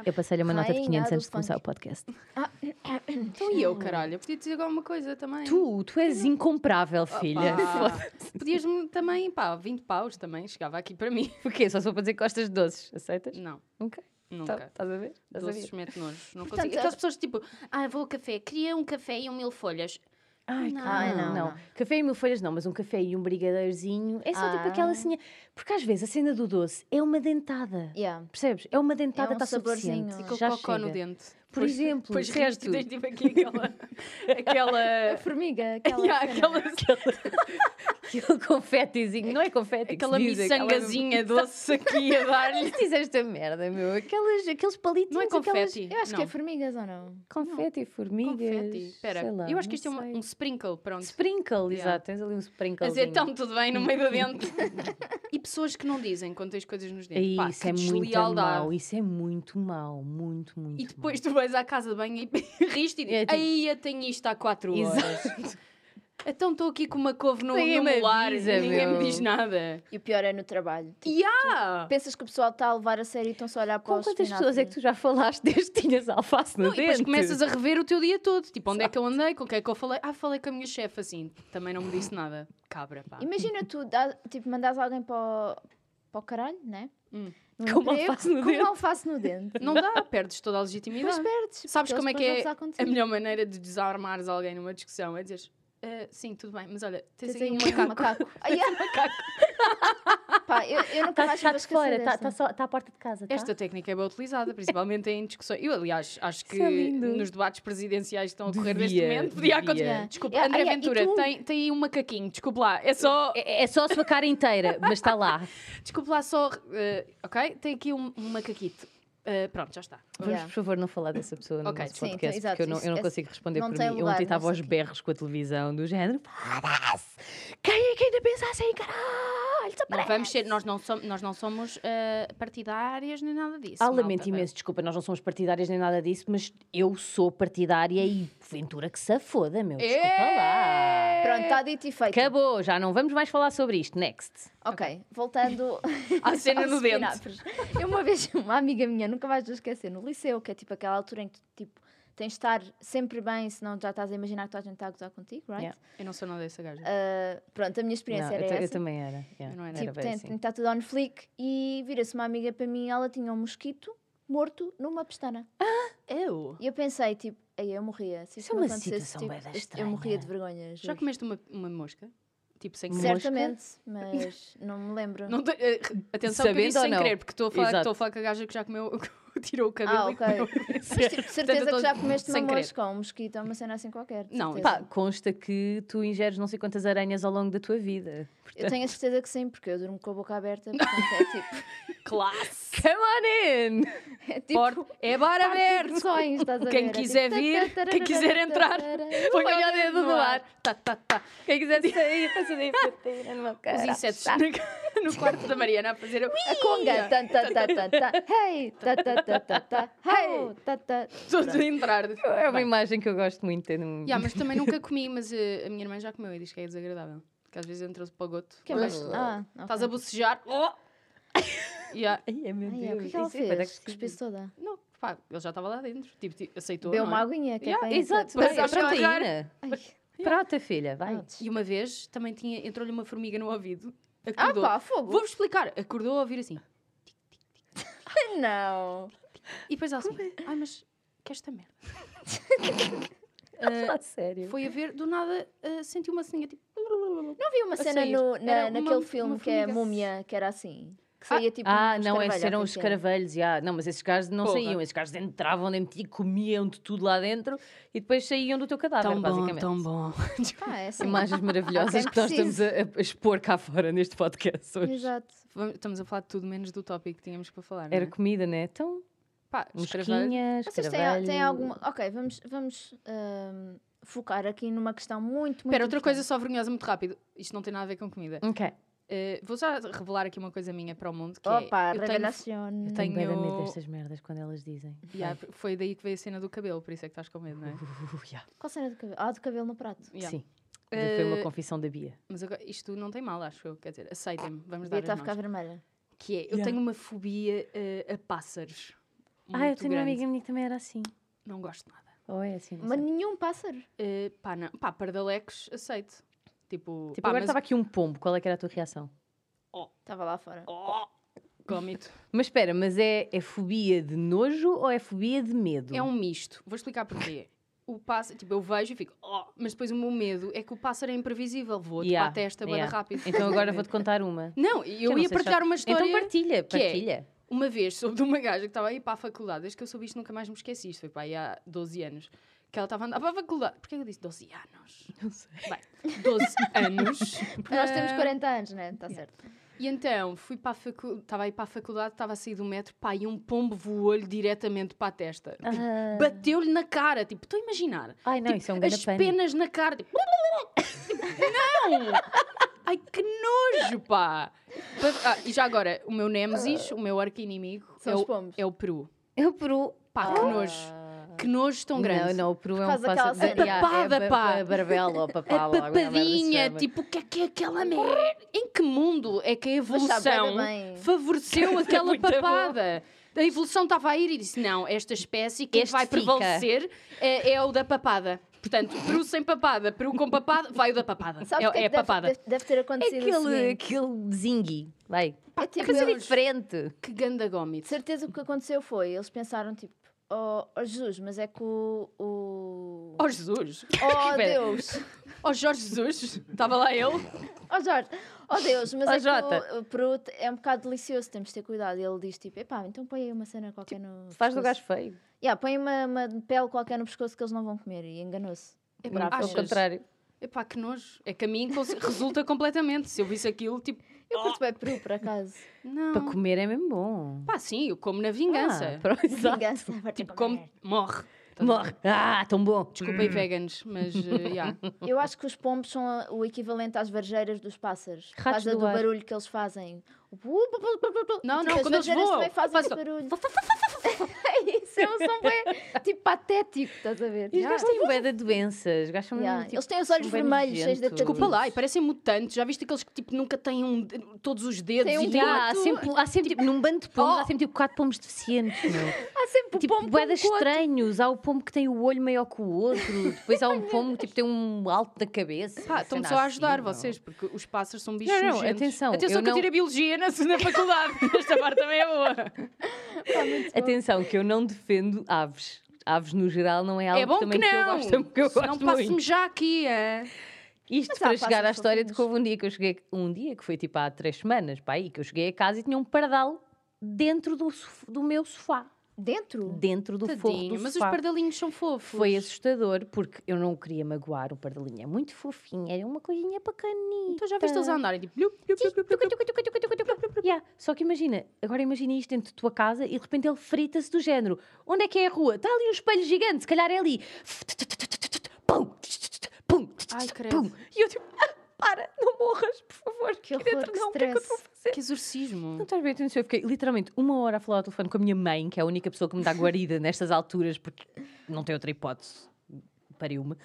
S2: Eu passei-lhe uma nota de
S3: Rainha
S2: 500
S3: do
S2: antes de começar o
S3: funk.
S2: podcast.
S1: Então e eu, caralho? Eu podia dizer alguma coisa também.
S2: Tu, tu és incomprável, filha. Foda-se.
S1: Podias-me também, pá, 20 paus também, chegava aqui para mim.
S2: Porquê? Só sou para dizer que gostas de doces. Aceitas?
S1: Não,
S2: Ok. Tá,
S1: nunca.
S2: Estás a ver? Estás a
S1: Doces
S2: ver?
S1: mete nojo. Não
S3: Portanto,
S1: consigo. Aquelas pessoas tipo, ah, vou ao café, queria um café e um mil folhas.
S2: Ai,
S1: Não.
S2: calma,
S3: Ai, não,
S2: não.
S3: não.
S2: Café e mil folhas não, mas um café e um brigadeirozinho. É só tipo aquela
S3: Ah.
S2: cena. Porque às vezes a cena do doce é uma dentada.
S3: Yeah.
S2: Percebes? É uma dentada,
S3: um
S2: está
S3: saborzinho.
S2: suficiente.
S1: Com
S2: Já
S1: cocó no
S2: chega.
S1: dente.
S2: Por exemplo,
S1: Depois rires
S2: certo.
S1: e tens tipo aqui aquela.
S3: A
S1: aquela.
S3: formiga, aquela.
S1: Yeah,
S3: cena.
S1: aquela,
S2: Aquele confetezinho, não é confete,
S1: aquela
S2: que se diz,
S1: miçangazinha doce aqui a dar-lhe.
S2: Aquela... Diz esta merda, meu. Aquelas, aqueles palitos.
S1: Não é confeti.
S3: Eu acho
S1: não.
S3: que é formigas ou não?
S2: Confete, formigas.
S1: confeti. Espera,
S2: sei lá,
S1: eu acho
S2: não
S1: que isto é uma-
S2: sei.
S1: um sprinkle, pronto.
S2: Sprinkle,
S1: Yeah.
S2: exato. Tens ali um sprinkle.
S1: A dizer, então tudo bem, no meio do dente. e pessoas que não dizem quando tens coisas nos dentes. Pá,
S2: isso
S1: que
S2: é muito
S1: deslealdade.
S2: mau. Isso é muito mau. Muito, muito
S1: E depois tu vais à casa de banho e riste e
S2: É,
S1: dizes,
S2: tipo-
S1: aí eu tenho isto há 4 horas. Então estou aqui com uma couve no,
S2: Ninguém
S1: no
S2: me
S1: molar
S2: avisa,
S1: e ninguém
S2: meu.
S1: me diz nada.
S3: E o pior é no trabalho. Tipo,
S1: Yeah!
S3: Pensas que o pessoal está a levar a sério e estão só a olhar para
S2: Com
S3: os
S2: quantas pessoas é que tu já falaste desde que tinhas alface no
S1: Não, e
S2: dente?
S1: depois começas a rever o teu dia todo. Tipo, onde é que eu andei? Com quem é que eu falei? Ah, falei com a minha chefe assim. Também não me disse nada. Cabra, pá.
S3: Imagina tu, dá, tipo, mandares alguém para o, para o caralho, né?
S1: Hum.
S3: num
S1: Com uma
S3: emprego
S1: alface no
S3: com uma
S1: dente.
S3: alface no dente.
S1: Não dá, perdes toda a
S3: Mas
S1: legitimidade.
S3: perdes.
S1: Sabes
S3: porque
S1: como é
S3: eles
S1: que
S3: depois
S1: é
S3: vão-te acontecer.
S1: A melhor maneira de desarmares alguém numa discussão é dizeres "Ah, sim, tudo bem, mas olha, tens,
S3: Tens
S1: aí um
S3: aí
S1: macaco.
S3: Ah, yeah. Pá, eu, eu nunca mais vou
S2: Está Tá, de
S3: esquecer
S2: fora, está
S3: desta.
S2: à porta de casa. tá?
S1: Esta técnica é bem utilizada, principalmente em discussões. Eu, aliás, acho que
S2: Isso é lindo.
S1: nos debates presidenciais que estão a ocorrer neste
S2: Devia,
S1: momento, podia
S2: devia. É,
S1: acontecer.
S3: Yeah.
S1: Desculpa,
S3: Yeah,
S1: André
S3: ah, yeah, e
S1: Ventura,
S3: tu?
S1: tem, tem aí um macaquinho, desculpa lá. É só.
S2: É, é só a sua cara inteira, mas está lá.
S1: Desculpa lá, só. eh, ok? Tem aqui um, um macaquito. Eh, pronto, já está.
S2: Vamos,
S3: Yeah.
S2: por favor, não falar dessa pessoa no
S1: Ok,
S2: nosso
S3: sim, então,
S2: podcast,
S3: exato,
S2: porque eu não,
S3: isso-
S2: eu é não
S3: esse-
S2: consigo responder
S3: não
S2: por
S3: tem
S2: mim. eu
S3: lugar
S2: ontem estava
S3: nisso
S2: aos
S3: aqui.
S2: berros com a televisão, do género. Foda-se! Quem é que ainda pensa assim, caralho?
S1: Não vamos ser, nós não somos, nós não somos eh, partidárias nem nada disso.
S2: Ah, lamento
S1: malta.
S2: imenso, desculpa, nós não somos partidárias nem nada disso, mas eu sou partidária e Ventura que se foda,
S1: Eh!
S2: meu. Desculpa lá.
S3: Pronto, está dito e feito.
S2: Acabou, já não vamos mais falar sobre isto. Next.
S3: Ok, voltando
S1: À cena
S3: aos
S1: no dente.
S3: espinafres. Eu uma vez, uma amiga minha, nunca vais esquecer, no liceu, que é tipo aquela altura em que tipo, tens de estar sempre bem, senão já estás a imaginar que toda a gente está a gozar contigo, right?
S2: Yeah.
S1: Eu não sou nada dessa gaja.
S2: Eh,
S3: Ah, pronto, a minha experiência
S2: Não, eu,
S3: era
S2: ta- eu
S3: essa.
S2: também era. yeah,
S1: Eu não era.
S2: era
S3: tipo,
S2: bem
S3: tem,
S2: assim.
S3: tem- está tudo on flick e vira-se uma amiga para mim, ela tinha um mosquito morto numa pestana.
S1: Eu?
S3: E eu pensei, tipo, aí eu morria. Se
S2: Isso é
S3: não
S2: uma
S3: acontecesse,
S2: situação
S3: tipo,
S2: bué da
S3: isto-
S2: estranha.
S3: Eu morria de vergonha.
S1: Já
S3: juro.
S1: comeste uma, uma mosca? Tipo, sem querer?
S2: Certo.
S3: Certamente, mas não me lembro.
S1: Não te- eh, atenção, que eu
S2: Sabendo
S1: disse
S2: ou
S1: sem
S2: não?
S1: querer, porque estou a falar,
S2: Exato.
S1: estou a falar com a gaja que já comeu, tirou o cabelo
S3: ah,
S1: e
S3: ok.
S1: comeu.
S3: Mas tipo, certeza
S1: tô-
S3: que já comeste uma
S1: sem querer.
S3: mosca ou um mosquito ou uma cena assim qualquer. de
S1: Não,
S3: certeza.
S2: Pá, consta que tu ingeres não sei quantas aranhas ao longo da tua vida.
S3: Eu tenho a certeza que sim, porque eu durmo com a boca aberta. Portanto, é tipo.
S1: Classe!
S2: Come on in!
S3: É tipo
S1: Porta, é bar
S2: tipo,
S1: aberto!
S3: sonhos, estás a
S1: Quem
S3: ver? É
S1: quiser
S3: tipo,
S1: vir,
S3: tararara,
S1: quem quiser entrar,
S3: tararara.
S1: Põe o
S3: Olha
S1: dedo no ar! Tá, tá, tá.
S2: Quem quiser sair, passa daí para ter no meu
S1: Os
S2: cara.
S1: insetos no, no quarto da Mariana a fazer.
S3: A conga, tan, tan, tan, tan, tan, hey, ta, ta, ta, ta, ta, hey, ta, ta.
S1: Todos a entrar.
S2: É uma
S1: Bem,
S2: imagem que eu gosto muito. ter num-
S1: yeah, mas também nunca comi, mas eh, a minha irmã já comeu e diz que é desagradável. Que às vezes entra-se para o goto.
S3: Que é mais- Ah, ok.
S1: Estás a bocejar. Oh! Yeah.
S2: Ai, é meu
S3: Ai,
S2: Deus.
S3: é, o que é que ela
S2: isso é bué da
S3: fez? Cuspiu-se
S2: esquisito.
S3: toda.
S1: Não, pá, ele já estava lá dentro. Tipo, ti- aceitou.
S3: Bebeu
S1: não
S3: uma
S1: é?
S3: aguinha, que é
S1: Yeah,
S3: para
S2: Exato,
S1: Mas
S2: bem, é
S1: acho que ela já-
S2: proteína. Prata, filha, vai.
S1: E uma vez também tinha, entrou-lhe uma formiga no ouvido.
S3: Ah,
S1: Acordou.
S3: pá, fogo.
S1: Vou-vos explicar. Acordou a ouvir assim.
S3: Não.
S1: E depois ela assim, ai, mas que esta merda.
S2: Fala sério.
S1: Foi a ver, do nada ah, sentiu uma ceninha tipo.
S3: Não vi uma
S1: A
S3: cena
S1: sair.
S3: no- na-
S1: Era uma-
S3: naquele
S1: uma
S3: filme que é
S1: formiga.
S3: Múmia, que era assim. Que
S1: Ah,
S3: saía tipo.
S2: Ah,
S3: um
S2: não, esses
S3: escarvalho,
S2: eram
S3: ou
S2: os
S3: que é que era.
S2: escaravelhos. ah, não, mas esses gajos não
S1: Porra.
S2: saíam. Esses gajos entravam dentro de ti, comiam de tudo lá dentro e depois saíam do teu cadáver, Tá basicamente.
S1: bom.
S3: Pá, é assim.
S2: Imagens maravilhosas
S3: Alguém
S2: que nós estamos
S3: precisa.
S2: a, a expor cá fora neste podcast hoje.
S3: Exato.
S1: Vamos- Estamos a falar de tudo menos do tópico que tínhamos para falar. não
S2: Era
S1: é?
S2: comida, né? Então,
S1: Pá, escravelho.
S2: mosquinhas,
S3: Vocês têm,
S2: escaravelho.
S3: têm alguma. Ok, vamos, vamos ahm, focar aqui numa questão muito, muito.
S1: Espera, outra coisa
S3: importante.
S1: só vergonhosa, muito rápido. Isto não tem nada a ver com comida.
S2: Ok.
S1: Ah, vou já revelar aqui uma coisa minha para o mundo. Que
S3: Opa,
S1: é, eu tenho
S3: revelação.
S1: eu
S2: Tenho bué de medo
S1: Tenho-
S2: destas merdas quando elas dizem.
S1: Yeah, foi daí que veio a cena do cabelo, por isso é que estás com medo, não é?
S2: Uh, yeah.
S3: Qual cena do cabelo? Ah, do cabelo no prato.
S1: Yeah.
S2: Sim. Foi uma
S1: Eh,
S2: confissão da Bia.
S1: Mas agora, isto não tem mal, acho eu. Quer dizer, aceitem-me, vamos
S3: Devia
S1: dar
S3: estar a
S1: as
S3: ficar
S1: mãos.
S3: vermelha.
S1: Que é, eu
S2: Yeah.
S1: tenho uma fobia eh, a pássaros.
S2: Ah, eu
S1: muito
S2: tenho uma
S1: grande.
S2: amiga minha que também era assim.
S1: Não gosto de nada.
S2: Ou é assim, não
S3: Mas
S2: sei.
S3: nenhum pássaro.
S1: Eh, pá, não. pá, pardalecos, aceito. Tipo,
S2: Tipo,
S1: pá,
S2: agora
S1: mas-
S2: estava aqui um pombo. Qual é que era a tua reação?
S3: Estava lá fora.
S1: Oh, Vómito.
S2: Mas espera, mas é, é fobia de nojo ou é fobia de medo?
S1: É um misto. Vou explicar porquê. O pássaro, tipo, eu vejo e fico, oh, mas depois o meu medo é que o pássaro é imprevisível. Vou-te
S2: Yeah,
S1: para a testa, bada
S2: yeah.
S1: rápido.
S2: Então agora vou-te contar uma.
S1: Não, e eu
S2: não
S1: ia
S2: sei se já-
S1: partilhar uma história.
S2: Então partilha,
S1: que é?
S2: partilha.
S1: Uma vez soube de uma gaja que estava a ir para a faculdade, desde que eu soube isto nunca mais me esqueci, isto foi para aí há 12 anos, que ela estava a andar para a faculdade. Porquê que eu disse 12 anos?
S2: Não sei.
S1: Bem, 12 anos.
S3: Porque nós temos
S1: Ah,
S3: 40 anos, né? Está certo.
S1: E então, fui para a faculdade, estava a ir para a faculdade, estava a sair do metro, pá, e um pombo voou-lhe diretamente para a testa.
S2: Ah.
S1: Bateu-lhe na cara, tipo, estou a imaginar.
S2: Ai não,
S1: Tipo,
S2: isso é um grande
S1: as
S2: pânico.
S1: penas na cara. Tipo, não! Ai, que nojo, pá! Pa- ah, e já agora, o meu Nemesis, o meu arqui-inimigo,
S3: São
S1: é
S3: os
S1: o,
S3: pombos.
S1: é o Peru.
S2: É o peru.
S1: Pá, que nojo. Que nojo tão grande.
S2: Ah. Não, não, o peru é um
S3: causa daquela
S2: pássaro.
S3: cena.
S2: Ah, yeah,
S1: Papada,
S2: é ba-
S1: pá.
S2: ba- Barbela ou papala.
S1: A
S2: alguma merda se
S1: É papadinha,
S2: chama.
S1: tipo, o que é que é aquela merda? Em que mundo é que a
S3: Mas sabe,
S1: evolução
S3: era bem. É
S1: favoreceu aquela
S2: Muito bom.
S1: papada? A evolução estava a ir e disse: não, esta espécie, quem
S2: Este
S1: vai
S2: fica.
S1: prevalecer é, é o da papada. Portanto, peru sem papada, peru com papada, vai o da papada.
S3: Sabes
S1: é
S3: o que
S1: é
S3: é que deve-
S1: papada.
S3: Deve, deve ter
S2: É
S3: acontecido o
S2: aquele,
S3: seguinte.
S2: aquele zingui. Vai.
S3: É
S2: É
S3: tipo,
S2: coisa
S3: eles-
S2: diferente.
S1: Que ganda
S3: De
S1: gómito.
S3: certeza o que aconteceu foi, eles pensaram tipo, oh, oh, Jesus, mas é que o. o...
S1: Oh Jesus!
S3: Oh
S2: Espera.
S3: Deus!
S1: Oh Jorge Jesus! Estava lá ele.
S3: Oh Jorge! Oh Deus, mas
S2: Oh,
S3: é que
S2: Jota.
S3: o, o peru t- é um bocado delicioso, temos de ter cuidado. E ele diz tipo, epá, então põe aí uma cena qualquer no.
S2: Tipo, Faz do
S3: pescoço."
S2: gajo feio.
S3: Yeah, põe uma, uma pele qualquer no pescoço que eles não vão comer e enganou-se.
S1: É
S2: Bravo, ao contrário.
S1: Epá, que nojo. É que a mim cons- resulta completamente. Se eu visse aquilo, tipo,
S3: Eu curto bem peru, por acaso.
S1: não.
S2: Para comer é mesmo bom.
S1: Pá, sim, eu como na Uhum. vingança.
S2: Ah, é. pronto, exato.
S3: Vingança. vai
S1: tipo,
S3: te
S1: como,
S3: comer.
S1: morre. Tá
S2: Morre. Ah, tão bom.
S1: Desculpa aí, veganos, mas eh, yeah.
S3: Eu acho que os pombos são a- o equivalente às varjeiras dos pássaros. por
S2: Ratos
S3: causa
S2: do
S3: do,
S2: ar.
S3: barulho que eles fazem. Tipo,
S1: Não, não,
S3: As
S1: quando eles
S3: varjeiras
S1: voam,
S3: também fazem esse
S1: fazem-
S3: barulho. é isso, é um som bem, tipo patético, estás a ver?
S2: E os
S1: Yeah.
S2: gajos têm bué de doenças. Os gajos são
S3: Yeah.
S2: mesmo, tipo,
S3: Eles têm os olhos
S2: são bem
S3: vermelhos, cheios de
S2: nojentos.
S3: tatu-
S1: Desculpa lá, e parecem mutantes. Já viste aqueles que tipo, nunca têm um, de- todos os dedos
S3: Tem um
S1: e têm
S2: Yeah, há
S1: outro?
S2: sempre, há sempre tipo, num bando de pombos,
S1: Oh.
S2: há sempre tipo quatro pombos deficientes, meu.
S3: Há
S1: um
S3: sempre
S2: tipo,
S3: pombo
S2: bué de
S3: com outro.
S2: estranhos. Há o pombo que tem o olho maior que o outro. Depois há um pombo que tipo, tem um alto da cabeça.
S1: Pá,
S2: uma
S1: estão-me
S2: cena
S1: só a
S2: assim,
S1: ajudar
S2: meu.
S1: vocês, porque os pássaros são bichos
S2: Não, não,
S1: nojentos.
S2: atenção,
S1: Atenção
S2: eu
S1: que eu
S2: não-
S1: tirei Biologia na, na faculdade. Esta parte também é boa.
S3: Ah, muito bom.
S2: Atenção, que eu não defendo aves. Aves no geral não é algo
S1: é bom
S2: também
S1: que
S2: eu
S1: não.
S2: gosto, porque eu
S1: Senão
S2: gosto muito.
S1: passo-me já aqui, é.
S2: Isto
S3: Mas há
S2: para chegar à
S3: pássaros
S2: história de que
S3: fofinhos.
S2: houve um dia que eu cheguei, um dia que foi tipo há três semanas, pá, aí que eu cheguei a casa e tinha um pardal dentro do, sof- do meu sofá,
S1: Hum.
S3: Dentro?
S2: dentro do forro
S1: Tadinho,
S2: do
S1: mas os
S2: sofá.
S1: pardalinhos são fofos.
S2: Foi assustador porque eu não o queria magoar o pardalinho, é muito fofinho, era uma coisinha pequenita.
S1: Então já viste eles a andarem tipo. blup, blup, blup, blup, blup.
S2: Yeah, Só que imagina, agora imagina isto dentro de tua casa e de repente ele frita-se do género. Onde é que é a rua? Está ali um espelho gigante, se calhar é ali. Pum! Pum!
S1: Ai, credo.
S2: Pum! E eu tipo, "Ah, para, não morras, por favor.
S3: Que
S2: aqui
S3: horror, que
S2: não, o que é que eu
S3: stress.
S2: estou a fazer?
S1: Que
S2: Não
S1: exorcismo.
S2: estás bem, eu fiquei literalmente uma hora a falar ao telefone com a minha mãe, que é a única pessoa que me dá guarida nestas alturas, porque não tem outra hipótese. Pariu-me.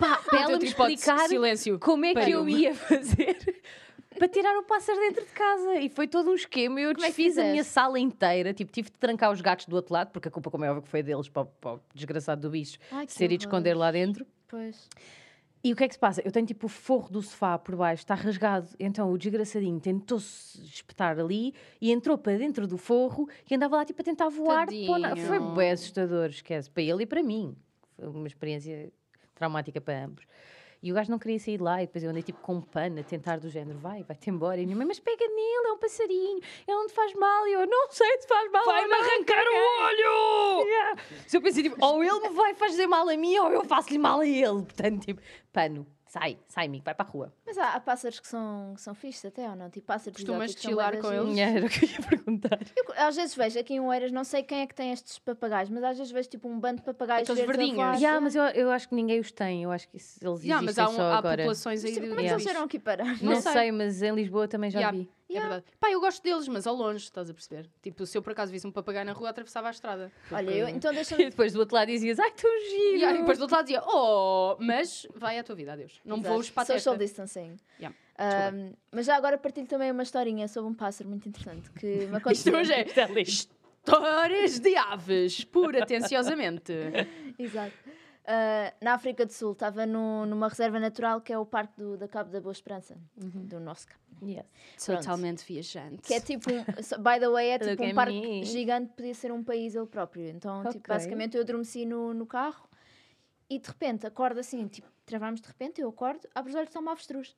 S2: Pá, para ela
S1: Outra
S2: me
S1: tipo, hipótese,
S2: explicar
S1: Silêncio.
S2: como é que eu
S1: Pariu-me.
S2: ia fazer para tirar o pássaro dentro de casa. E foi todo um esquema. Eu
S3: Como é que
S2: desfiz a
S3: fizeste?
S2: minha sala inteira. Tipo, tive de trancar os gatos do outro lado, porque a culpa, como é óbvio, que foi deles para, o- para o desgraçado do bicho
S3: Ai, que
S2: ser e de
S3: horror.
S2: esconder lá dentro.
S3: Pois.
S2: E o que é que se passa? Eu tenho tipo o forro do sofá por baixo, está rasgado. Então o desgraçadinho tentou-se espetar ali e entrou para dentro do forro e andava lá tipo a tentar voar. para o na- Foi
S1: Tadinho.
S2: bem assustador, esquece. Para ele e para mim. Foi uma experiência traumática para ambos. E o gajo não queria sair de lá e depois eu andei tipo com um pano a tentar do género, vai, vai-te embora. E a minha mãe, mas pega nele, é um passarinho, ele não te faz mal. E eu, não sei se faz mal.
S1: Vai-me
S2: ou não."
S1: arrancar o olho!
S2: Yeah. Se eu pensei, tipo, ou ele me vai fazer mal a mim ou eu faço-lhe mal a ele. Portanto, tipo, pano, sai, sai, amigo, vai para a rua.
S3: Mas há, há pássaros que são, que são fixes até, ou não? Tipo pássaros
S1: Costumas
S3: exóticos, são bué
S1: chilar
S3: da
S1: com eles?
S3: giros.
S2: Yeah, Era o que eu ia perguntar.
S3: Eu co- às vezes vejo aqui em Oeiras, não sei quem é que tem estes papagaios, mas às vezes vejo tipo um bando de papagaios
S1: Aqueles
S3: verdes a
S1: verdinhos.
S3: voar.
S1: Ah,
S2: Yeah, mas eu, eu acho que ninguém os tem. Eu acho que isso- eles
S1: Yeah, mas
S2: existem
S1: há, um-
S2: só
S1: há
S2: agora.
S1: populações aí de
S3: Sim, Como é que
S2: Yeah.
S3: eles vieram aqui parar?
S2: Não,
S1: Não sei.
S2: sei. mas em Lisboa também já
S1: Yeah.
S2: vi.
S1: É
S3: Yeah.
S1: verdade. Pá, eu gosto deles, mas ao longe, estás a perceber? Tipo, se eu por acaso visse um papagaio na rua, atravessava a estrada.
S3: Olha,
S1: Porque-
S3: eu, então deixa-me
S2: E depois do outro lado dizias, ai, tão giro.
S1: E aí, depois do outro lado dizia, oh, mas vai à tua vida, adeus. Não me
S3: Exato.
S1: voes para a
S3: Social
S1: testa.
S3: distancing.
S1: Yeah.
S3: Ahm, mas já agora partilho também uma historinha sobre um pássaro muito interessante que me
S1: Isto
S3: aconteceu.
S1: hoje é
S2: Está lindo.
S1: histórias de aves, pura atenciosamente.
S3: Exato. Ah, na África do Sul, estava no- numa reserva natural que é o Parque do, da Cabo da Boa Esperança,
S2: Uhum.
S3: do nosso cabo.
S2: Yes.
S1: Totalmente viajante.
S3: Que é tipo, um- so- by the way, é tipo
S2: Look
S3: um
S2: at
S3: parque
S2: me.
S3: gigante, podia ser um país ele próprio. Então,
S2: Ok.
S3: tipo, basicamente eu adormeci no, no carro e de repente acordo assim, tipo, travámos de repente, eu acordo, abro os olhos, são uma avestruz.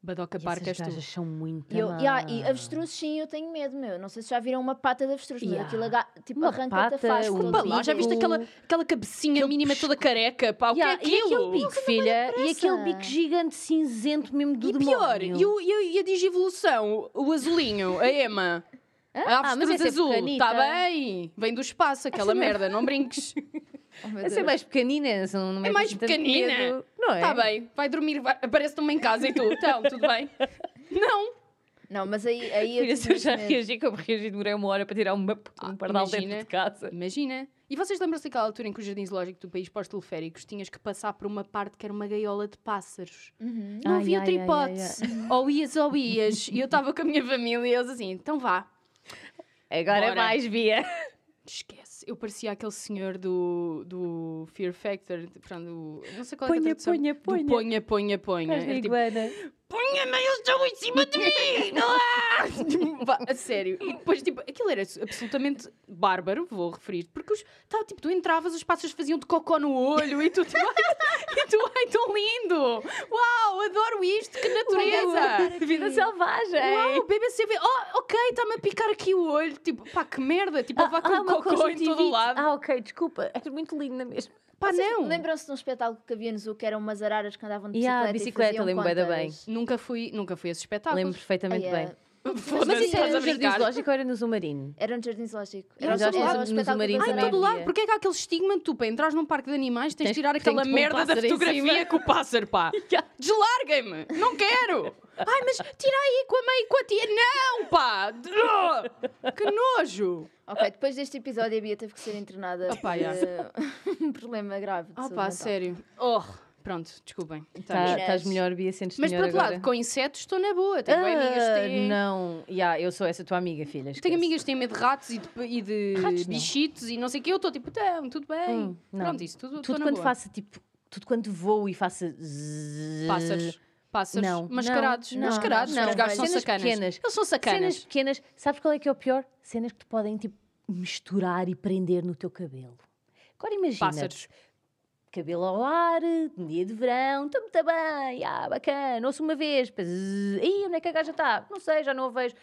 S1: Badoca
S2: E
S1: Parca
S2: essas
S1: és tu.
S2: gajas são muito
S3: E, eu, yeah, e
S2: más.
S3: avestruz, sim, eu tenho medo, meu. Não sei se já viram uma pata de avestruz, mas
S2: Yeah.
S3: aquilo aga- tipo,
S2: Uma
S3: arranca-te a
S2: pata,
S3: faz.
S2: um
S1: Pá lá, já viste
S2: bico.
S1: aquela, aquela cabecinha
S2: Aquele
S1: mínima toda careca, pá, o
S2: Yeah,
S1: que é
S2: E aquele
S1: aquilo?
S2: bico, filha, e aquele
S3: pressa.
S2: bico gigante cinzento mesmo do
S1: E pior,
S2: demónio.
S1: e, o- e o- e a digivolução? O azulinho, a Ema.
S2: Ah,
S1: a
S2: mas
S1: avestruz
S2: essa é
S1: azul,
S2: pequenita.
S1: está bem? Vem do espaço aquela merda, não brinques.
S2: Essa é mais pequenina, se não, não
S1: É
S2: metes
S1: mais
S2: tanto
S1: pequenina.
S2: medo. Não é?
S1: Está Tá bem, vai dormir, vai- aparece-te uma em casa e tu, então, tudo bem? Não,
S3: Não, mas aí, aí eu
S2: Filha,
S3: tive
S2: se eu
S3: muito
S2: já
S3: medo.
S2: reagi, como reagi, demorei uma hora para tirar uma,
S1: Ah,
S2: um pardal
S1: imagina.
S2: dentro de casa.
S1: imagina. E vocês lembram-se daquela altura em que o Jardim Zoológico do país pós-teleféricos tinhas que passar por uma parte que era uma gaiola de pássaros?
S3: Uhum.
S1: Não
S2: Ai,
S1: havia outra
S2: ai, ai, ai,
S1: hipótese. Ou ias ou ias. E eu estava com a minha família e eles assim, então vá,
S2: Agora é
S1: Bora.
S2: mais via.
S1: esquece. eu parecia aquele senhor do, do Fear Factor, de- pronto, do- não sei qual é a
S2: Ponha,
S1: tradução.
S2: ponha,
S1: do
S2: ponha.
S1: ponha, ponha, ponha.
S2: Mas
S1: Era
S2: na
S1: tipo,
S2: iguana.
S1: Ponha-me, eles estão em cima de mim! Ah! Tipo, vá, a sério. E depois, tipo, aquilo era su- absolutamente bárbaro, vou referir, porque os, tá, tipo, tu entravas, os pássaros faziam de cocó no olho e tu, tipo, ai, e tu, ai, tão lindo! Uau, adoro isto, que natureza!
S2: Vida selvagem.
S1: Uau, BBCV, oh, ok, está-me a picar aqui o olho, tipo, pá, que merda, tipo, a vaca com
S2: há
S1: cocó em todo o
S2: conjuntivite.
S1: lado.
S2: Ah, ok, desculpa. És muito linda mesmo.
S1: pá,
S3: Vocês
S1: não!
S3: Lembram-se de um espetáculo que havia no zoo que eram umas araras que andavam de
S2: Yeah,
S3: bicicleta?
S2: bicicleta,
S3: e
S2: lembro
S3: faziam
S2: bué da
S3: contas?
S1: Nunca fui, nunca fui a esses espetáculos.
S2: Lembro perfeitamente
S3: Ai,
S2: bem.
S3: é.
S1: Foda-se,
S2: Mas isso
S1: estás
S2: era
S1: a
S2: no Jardim
S1: brincar.
S2: Zoológico ou era no Zumarino?
S3: Era no jardim zoológico.
S2: E nós
S3: um-
S2: já
S3: um
S2: estávamos no
S3: espetáculo
S2: Zumarino
S3: que
S1: Ai, em
S2: também.
S3: fazia-
S1: todo lado,
S2: havia.
S1: porque é que há aquele estigma de tu para entrares num parque de animais tens de
S2: Tens-
S1: tirar
S2: tens
S1: aquela
S2: de pôr um
S1: merda da
S2: pássaro em
S1: fotografia
S2: cima.
S1: com o pássaro, pá. Deslarguem-me, não quero. Ai, mas tira aí com a mãe e com a tia. Não, pá. Ah, Que nojo.
S3: Ok, depois deste episódio a Bia teve que ser internada
S1: Opa,
S3: por
S1: já.
S3: eh, um problema grave. de
S1: Ah,
S3: saúde
S1: pá,
S3: mental.
S1: sério. Oh, pronto, desculpem.
S2: Tá-
S3: Meninas.
S2: Estás melhor, Bia, sentes-te
S1: Mas
S2: melhor
S1: por outro
S2: agora?
S1: lado, com insetos estou na boa. Tenho bem amigas que
S2: Ah,
S1: têm...
S2: Não, yeah, eu sou essa tua amiga, filha.
S1: Tenho
S2: esquece.
S1: amigas que têm medo de ratos e de, e de
S2: Ratos não.
S1: bichitos e não sei o que. Eu estou tipo, então, tudo bem.
S2: Hum, não.
S1: Pronto, isso, tudo, estou
S2: Tudo
S1: na
S2: quando
S1: boa.
S2: faça tipo. Tudo quando voo e faça. zzz,
S1: Pássaros. Pássaros.
S2: Não,
S1: mascarados.
S3: não,
S1: mascarados.
S3: não,
S1: os gajos são
S2: cenas
S1: sacanas.
S2: pequenas.
S1: Eles são sacanas.
S2: Cenas pequenas. Sabes qual é que é o pior? Cenas que te podem tipo misturar e prender no teu cabelo. Agora imagina.
S1: Pássaros.
S2: Cabelo ao ar, dia de verão, estou muito bem, ah, bacana, ouço uma vez, depois, zzz, ih, onde é que a gaja está? Não sei, já não a vejo.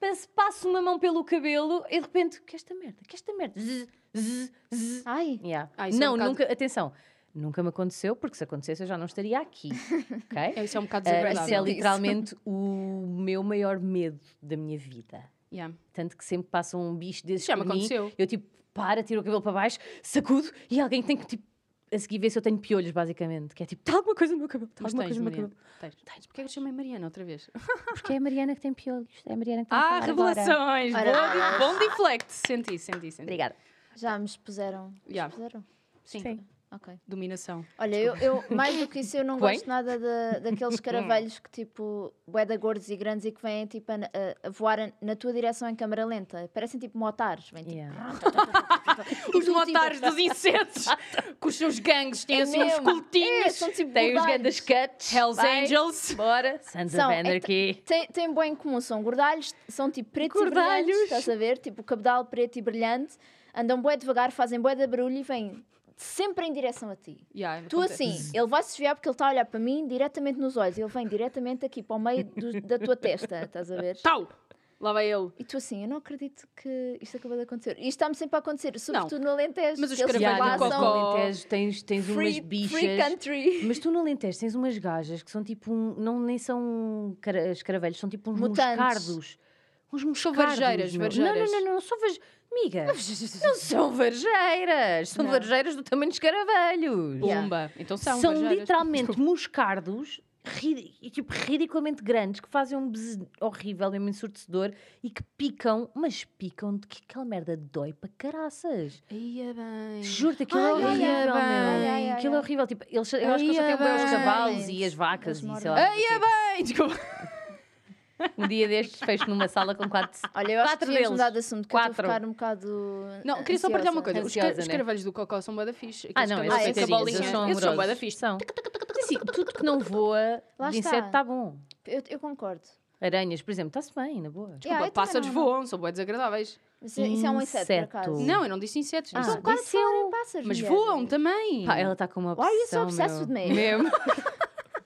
S2: Passo, passo uma mão pelo cabelo e de repente, que esta merda, que esta merda, zzz, zzz, zzz,
S3: Ai,
S2: Yeah.
S1: Ah, isso é
S2: não,
S1: um bocado-
S2: nunca, atenção, nunca me aconteceu, porque se acontecesse eu já não estaria aqui. ok?
S1: É, isso é um bocado
S2: Eh, isso é
S1: desagradável.
S3: li-
S2: literalmente o meu maior medo da minha vida.
S1: Yeah.
S2: Tanto que sempre passa um bicho desses
S1: Já me
S2: por mim,
S1: aconteceu.
S2: eu tipo, para, tiro o cabelo para baixo, sacudo e alguém tem que tipo, a seguir ver se eu tenho piolhos, basicamente. Que é tipo, está alguma coisa no meu cabelo, está
S1: Mas
S2: alguma
S1: tens,
S2: coisa no meu
S1: Mariana.
S2: cabelo.
S1: Tens. tens. Porquê é que eu te chamei Mariana outra vez?
S2: Porque é a Mariana que tem piolhos, é a Mariana que tem
S1: Ah, revelações!
S3: Ora,
S1: Boa de- Bom deflect. Senti, senti, senti.
S2: Obrigada.
S3: já me expuseram.
S1: Já.
S3: Expuseram?
S1: Sim.
S2: Sim.
S3: Ok.
S1: Dominação.
S3: Olha, eu, eu- mais do que isso, eu não
S2: Bem.
S3: gosto nada da- daqueles caravelhos que tipo, boeda gordos e grandes e que vêm tipo a, a- a voar a- na tua direção em câmara lenta. Parecem tipo motares. Vêm, tipo,
S2: Yeah.
S1: Os motares dos insetos com os seus gangues têm
S3: É
S1: assim uns
S3: mesmo.
S1: coltinhos.
S3: É, são tipo
S2: Tem os
S3: gordalhos.
S2: grandes cuts.
S1: Hells
S2: vai,
S1: Angels.
S2: Bora. Sons
S3: São,
S2: of
S3: é que-
S2: Anarchy.
S3: Tem, tem bem em comum, são gordalhos, são tipo pretos e
S2: Gordalhos.
S3: brilhantes, estás a ver? Tipo, cabedal preto e brilhante, andam bué devagar, fazem bué de barulho e vêm sempre em direção a ti.
S1: Yeah,
S3: Tu
S1: acontece.
S3: assim, ele vai se desviar porque ele está a olhar para mim diretamente nos olhos, ele vem diretamente aqui para o meio do- da tua testa, estás a ver?
S2: Tá.
S1: Tau! Lá vai ele.
S3: E tu assim, eu não acredito que isto acabou de acontecer. E isto está-me sempre a acontecer, sobretudo no Alentejo.
S1: Mas os
S3: que eles
S1: caravelhos
S3: lá
S1: no
S3: são
S1: cocó.
S2: Alentejo tens, tens umas
S3: Free,
S2: bichas.
S3: free country.
S2: Mas tu no Alentejo tens umas gajas que são tipo um, não nem são cara- escaravelhos, são tipo uns
S3: Mutantes.
S2: moscardos. Uns moscardos.
S1: varjeiras,
S2: meu.
S1: varjeiras.
S2: Não, não, não, não, são varjeiras. Amiga, não são varjeiras, são
S3: Não.
S2: varjeiras do tamanho de escaravelhos.
S3: Yeah.
S1: Pumba. Então são.
S2: São,
S1: varjeiras.
S2: literalmente moscardos, ri- e, tipo, ridiculamente grandes, que fazem um bzz horrível, mesmo ensurdecedor, e que picam, mas picam de que aquela merda dói para caraças.
S1: Ia bem.
S2: Juro-te, aquilo é
S1: Ai,
S2: horrível,
S1: ai,
S2: meu.
S1: ai,
S3: ai, ai,
S2: aquilo é
S3: ai.
S2: horrível. Tipo, eles, eu acho que eles só
S1: Ai,
S2: têm bem os
S1: ai,
S2: cavalos
S3: ai.
S2: e as vacas
S3: Eles
S2: e sei
S3: moram-
S2: lá.
S1: Ai, é bem! Desculpa.
S2: Um dia destes fecho numa sala com quatro.
S3: Olha, eu acho que
S2: Quatro
S3: devíamos
S2: deles.
S3: mudar de assunto, que eu estou a
S2: Quatro.
S3: ficar um bocado
S1: Não, queria só
S3: ansiosa.
S1: partilhar uma coisa. Os, car
S2: Ansiosa,
S1: os
S2: né?
S1: caravelhos do Cocó são bué da fixe.
S2: Ah, não,
S3: esses
S2: esses
S3: são
S2: são
S3: carinhas,
S2: carinhas,
S3: são
S1: Eles são bué da fixe.
S2: São. Sim, tudo que não voa
S3: Lá
S2: de
S3: está.
S2: inseto está bom.
S3: Eu, eu concordo.
S2: Aranhas, por exemplo, está-se bem, na boa.
S3: Yeah, eu também
S1: Pá, Tipo, pássaros
S3: não-
S1: voam, são bué desagradáveis.
S3: Mas isso, isso é um inseto, por
S2: Inseto.
S3: acaso. é
S2: Voam.
S1: Não, eu não disse insetos.
S2: Ah,
S1: disse-
S3: São quase
S2: disse eu.
S3: falarem pássaros.
S1: Mas
S3: mulher.
S1: voam também.
S2: Pá, é. ela está com uma
S3: Why
S2: obsessão,
S3: are you so obsessed
S2: meu.
S3: with me?
S2: Mesmo.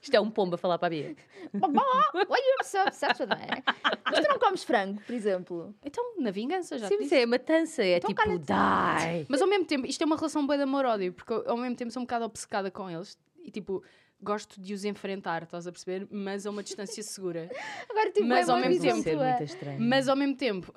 S2: Isto é um pomba falar para a Bia.
S3: Why are you so obsessed with me? Mas tu não comes frango, por exemplo.
S1: Então, na vingança, já te
S2: Sim, mas
S1: disse.
S2: é a matança. É
S3: Então
S2: tipo, die.
S1: Mas ao mesmo tempo, isto é uma relação bué de amor-ódio, porque eu, ao mesmo tempo sou um bocado obcecada com eles. E tipo, gosto de os enfrentar, estás a perceber? Mas a uma distância segura.
S3: Agora tipo,
S1: Mas
S3: é
S1: ao
S3: uma
S1: mesmo
S3: visão
S1: tempo-
S2: ser
S3: tua.
S2: muito estranho.
S1: Mas ao mesmo tempo,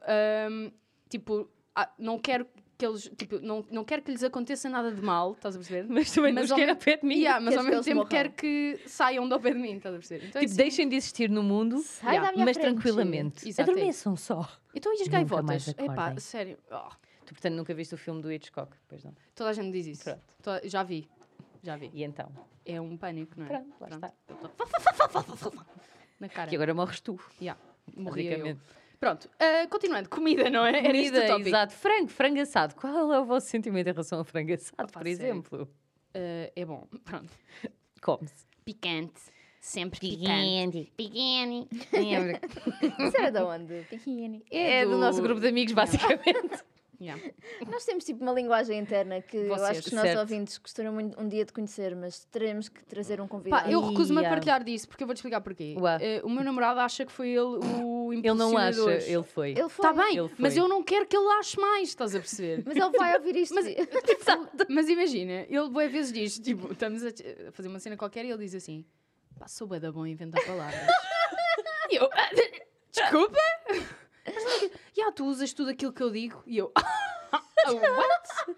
S1: hum, tipo, ah, não quero que eles, tipo, não, não quero que lhes aconteça nada de mal, estás a perceber?
S2: Mas também
S1: Mas
S2: nos
S1: ao
S2: quer a
S1: mesmo-
S2: pé de mim.
S1: Yeah, mas
S3: queres
S1: ao mesmo
S3: que eles
S1: tempo
S3: morram.
S1: quero que saiam do pé de mim, estás a perceber? Então, é
S2: Tipo,
S1: assim.
S2: deixem de existir no mundo.
S3: Sai
S1: Yeah,
S3: da minha
S2: mas
S3: frente.
S2: tranquilamente.
S1: Exato, é
S2: Adormeçam só.
S1: Então e as
S2: Nunca
S1: gaivotas?
S2: mais
S1: Epá,
S2: acordem.
S1: sério. Oh,
S2: Tu, portanto, nunca viste o filme do Hitchcock, pois não?
S1: toda a gente diz isso.
S2: Pronto.
S1: Toda- já vi. Já vi.
S2: E então?
S1: É um pânico, não é?
S2: Pronto, lá está.
S1: Na cara.
S2: E agora morres tu,
S1: Yeah, morria eu.
S2: basicamente.
S1: Pronto, ah, continuando, comida, não é? Era este o
S2: Comida,
S1: tópico.
S2: exato. Frango, frango assado. Qual é o vosso sentimento em relação ao frango assado,
S1: Opa,
S2: por
S1: sério.
S2: exemplo?
S1: Ah, é bom, pronto.
S2: Come-se.
S1: Picante. Sempre picante. Picante.
S3: Isso era de onde? Pequeno.
S2: É do nosso grupo de amigos, basicamente.
S1: Yeah.
S3: Nós temos tipo uma linguagem interna que eu
S2: Vocês,
S3: acho que os nossos
S2: certo.
S3: ouvintes gostariam muito um dia de conhecer, mas teremos que trazer um convidado.
S1: Pá, eu recuso-me a
S2: Ia.
S1: partilhar disso, porque eu vou-te explicar porquê.
S2: Uá.
S1: Eh, o meu namorado acha que foi ele o
S2: Ele não acha,
S1: impulsionador.
S2: ele foi.
S3: Ele foi.
S1: Está Tá bem,
S2: Ele
S1: mas
S2: foi.
S1: eu não quero que ele ache mais, estás a perceber?
S3: Mas ele vai ouvir isto.
S1: Mas-
S3: e-
S1: Mas imagina, ele boas vezes diz, tipo, estamos a a fazer uma cena qualquer e ele diz assim, pá, sou bué da bom a inventar palavras. e eu, "Ah, desculpa? Mas já, tu usas tudo aquilo que eu digo. E eu, "Ah, what?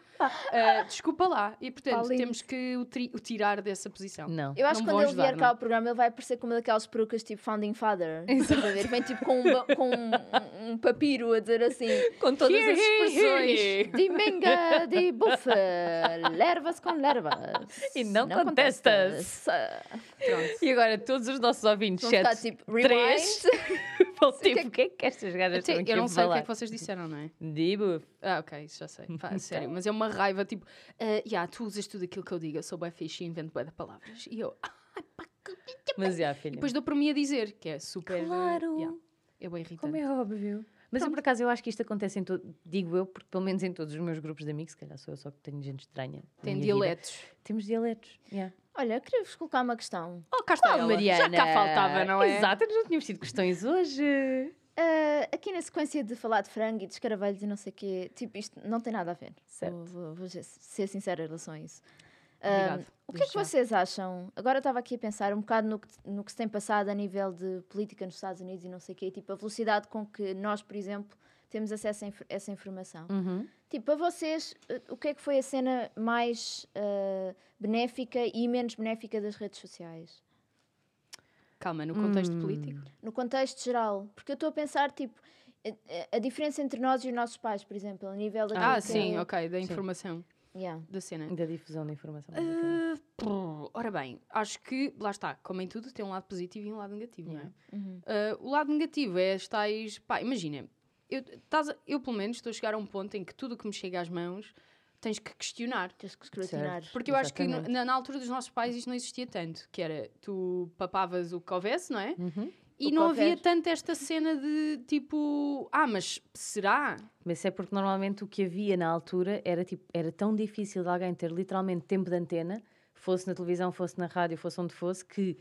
S1: Ah, desculpa lá. E portanto,
S3: Paulinho.
S1: temos que o, tri- o tirar dessa posição.
S2: Não. é?
S3: Eu acho
S1: Não
S3: que quando
S1: vão
S3: ele vier
S1: ajudar,
S3: cá
S1: não.
S3: ao programa, ele vai parecer como daquelas perucas tipo Founding Father. Estás a ver? Vem tipo com, um, ba- com um, um papiro a dizer assim:
S2: Com todas
S1: Here,
S2: as
S1: here,
S2: expressões.
S1: here.
S3: de menga, de bufa, lervas com lervas.
S2: E não contestas.
S1: Pronto.
S2: E agora todos os nossos ouvintes,
S3: Vão ficar
S2: exceto
S3: tipo,
S2: três,
S3: rewind.
S2: vão tipo, o que é que estas gajas
S1: Até-
S2: estão aqui
S1: eu
S2: a
S1: não sei o que
S2: falar?
S1: é que vocês disseram, não é?
S2: Digo,
S1: Ah, ok, isso já sei. Pá, sério, mas é uma raiva, tipo, ah, já, tu usas tudo aquilo que eu digo, eu sou bué fixe e invento bué de palavras. E eu, ah,
S2: mas já, filha.
S1: e depois dou por mim a dizer, que é super...
S2: Claro.
S1: Yeah, é bem irritante.
S2: Como é óbvio. Mas eu, por acaso, eu acho que isto acontece em todo, digo eu, porque pelo menos em todos os meus grupos de amigos, se calhar sou eu só que tenho gente estranha. na
S1: Tem
S2: minha
S1: dialetos.
S2: vida. Temos dialetos. Yeah.
S3: Olha, eu queria vos colocar uma questão.
S1: Oh, cá está
S2: Qual,
S1: ela.
S2: Mariana?
S1: Já cá faltava, não é?
S2: Exato, eu não tínhamos tido questões hoje.
S3: Ah, aqui na sequência de falar de frango e de escaravelhos e não sei o quê, tipo, isto não tem nada a ver.
S2: Certo.
S3: Vou, vou- vou ser- ser sincera em relação a isso.
S2: Um,
S1: Obrigado.
S3: O que é
S1: Desde
S3: que
S1: já.
S3: vocês acham? Agora eu estava aqui a pensar um bocado no que, no que se tem passado a nível de política nos Estados Unidos e não sei o quê, e, tipo a velocidade com que nós, por exemplo, temos acesso a inf- essa informação.
S2: Uhum.
S3: Tipo, para vocês, eh, o que é que foi a cena mais eh, benéfica e menos benéfica das redes sociais?
S1: Calma, no contexto
S2: Hum.
S1: político?
S3: No contexto geral, porque eu estou a pensar, tipo, eh, eh, a diferença entre nós e os nossos pais, por exemplo, a nível daquilo
S1: Ah,
S3: que- é
S1: sim, ok, da
S2: Sim.
S1: informação,
S3: Yeah.
S1: da cena.
S2: Da difusão da informação. basicamente.
S1: Ah, prr, ora bem, acho que, lá está, como em tudo, tem um lado positivo e um lado negativo, não é?
S3: Uhum.
S1: Ah, o lado negativo é as tais. Pá, imagina, eu, estás a- eu pelo menos estou a chegar a um ponto em que tudo o que me chega às mãos tens que questionar.
S3: Tens que escrutinar.
S2: Certo.
S1: Porque eu acho que no-
S2: Exatamente.
S1: na, na altura dos nossos pais isto não existia tanto, que era tu papavas o que houvesse, não é?
S2: Uhum.
S1: E
S3: O que
S1: não havia
S3: houver.
S1: tanto esta cena de tipo, ah, mas será?
S2: Mas é porque normalmente o que havia na altura era, tipo, era tão difícil de alguém ter literalmente tempo de antena, fosse na televisão, fosse na rádio, fosse onde fosse, que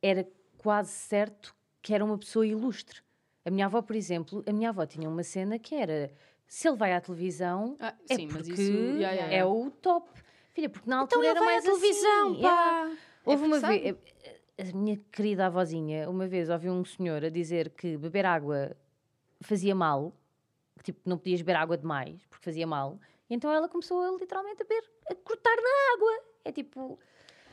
S2: era quase certo que era uma pessoa ilustre. A minha avó, por exemplo, a minha avó tinha uma cena que era se ele vai à televisão,
S1: Ah,
S2: é
S1: sim, mas
S2: porque
S1: isso ya, ya, ya.
S2: é o top. Filha, porque na
S1: Então
S2: altura
S1: ele
S2: era
S1: vai à
S2: mais
S1: televisão,
S2: assim,
S1: pá!
S2: yeah. Houve uma
S3: porque
S2: vez, a a minha querida avózinha, uma vez ouvi um senhor a dizer que beber água fazia mal, que tipo, não podias beber água demais, porque fazia mal. E então ela começou a, literalmente a beber, a cortar na água. É tipo.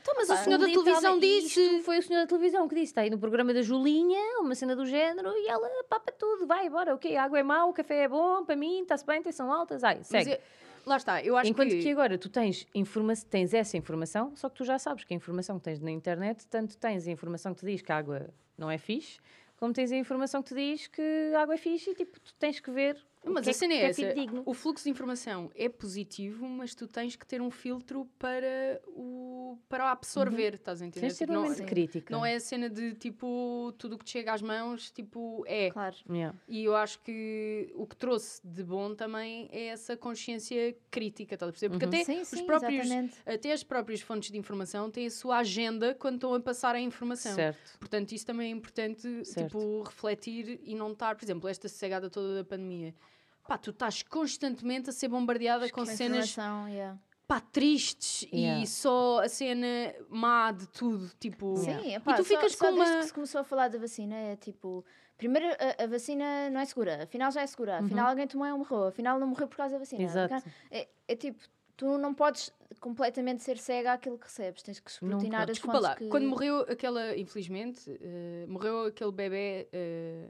S1: Então, mas o
S2: pá,
S1: senhor da
S2: literal-
S1: televisão
S2: e
S1: disse.
S2: isto Foi o senhor da televisão que disse, está aí no programa da Julinha, uma cena do género, e ela papa tudo, vai, bora, ok, a água é mau, o café é bom, para mim, está-se bem, tensão altas, ai,
S1: Mas
S2: segue.
S1: eu- lá está, eu acho
S2: Enquanto que...
S1: que
S2: agora tu tens, informa tens essa informação, só que tu já sabes que a informação que tens na internet, tanto tens a informação que te diz que a água não é fixe, como tens a informação que te diz que a água é fixe e tipo, tu tens que ver. o
S1: Mas
S2: que
S1: a cena
S2: é,
S1: é
S2: que-
S1: essa.
S2: que digno.
S1: O fluxo de informação é positivo, mas tu tens que ter um filtro para o, para o absorver, estás a entender?
S2: Tens de ser
S1: Tipo,
S2: um
S1: não,
S2: momento
S3: sim.
S2: crítico.
S1: não é a cena de tipo tudo o que te chega às mãos, tipo é.
S3: Claro.
S2: Yeah.
S1: E eu acho que o que trouxe de bom também é essa consciência crítica, estás a perceber? Porque
S2: Uhum.
S1: até,
S3: Sim,
S1: os
S3: sim,
S1: próprios,
S3: exatamente.
S1: até as próprias fontes de informação têm a sua agenda quando estão a passar a informação.
S2: Certo.
S1: Portanto, isso também é importante,
S2: Certo.
S1: tipo, refletir e não estar, por exemplo, esta sossegada toda da pandemia. Pá, tu estás constantemente a ser bombardeada com
S3: Com
S1: cenas
S3: informação, yeah.
S1: pá, tristes
S2: Yeah.
S1: e só a cena má de tudo, tipo...
S3: Sim,
S1: e
S3: epá,
S1: tu
S3: só-
S1: ficas
S3: só
S1: com
S3: desde
S1: uma...
S3: que se começou a falar da vacina, é tipo... Primeiro, a, a vacina não é segura. Afinal, já é segura. Afinal,
S1: Uhum.
S3: alguém tomou e morreu. Afinal, não morreu por causa da vacina.
S2: Exato.
S3: É, é tipo, tu não podes completamente ser cega àquilo que recebes. Tens que
S2: Não
S3: escrutinar
S2: podes.
S3: as
S1: Desculpa
S3: fontes
S1: lá,
S3: que...
S1: quando morreu aquela, infelizmente, eh, morreu aquele bebê eh,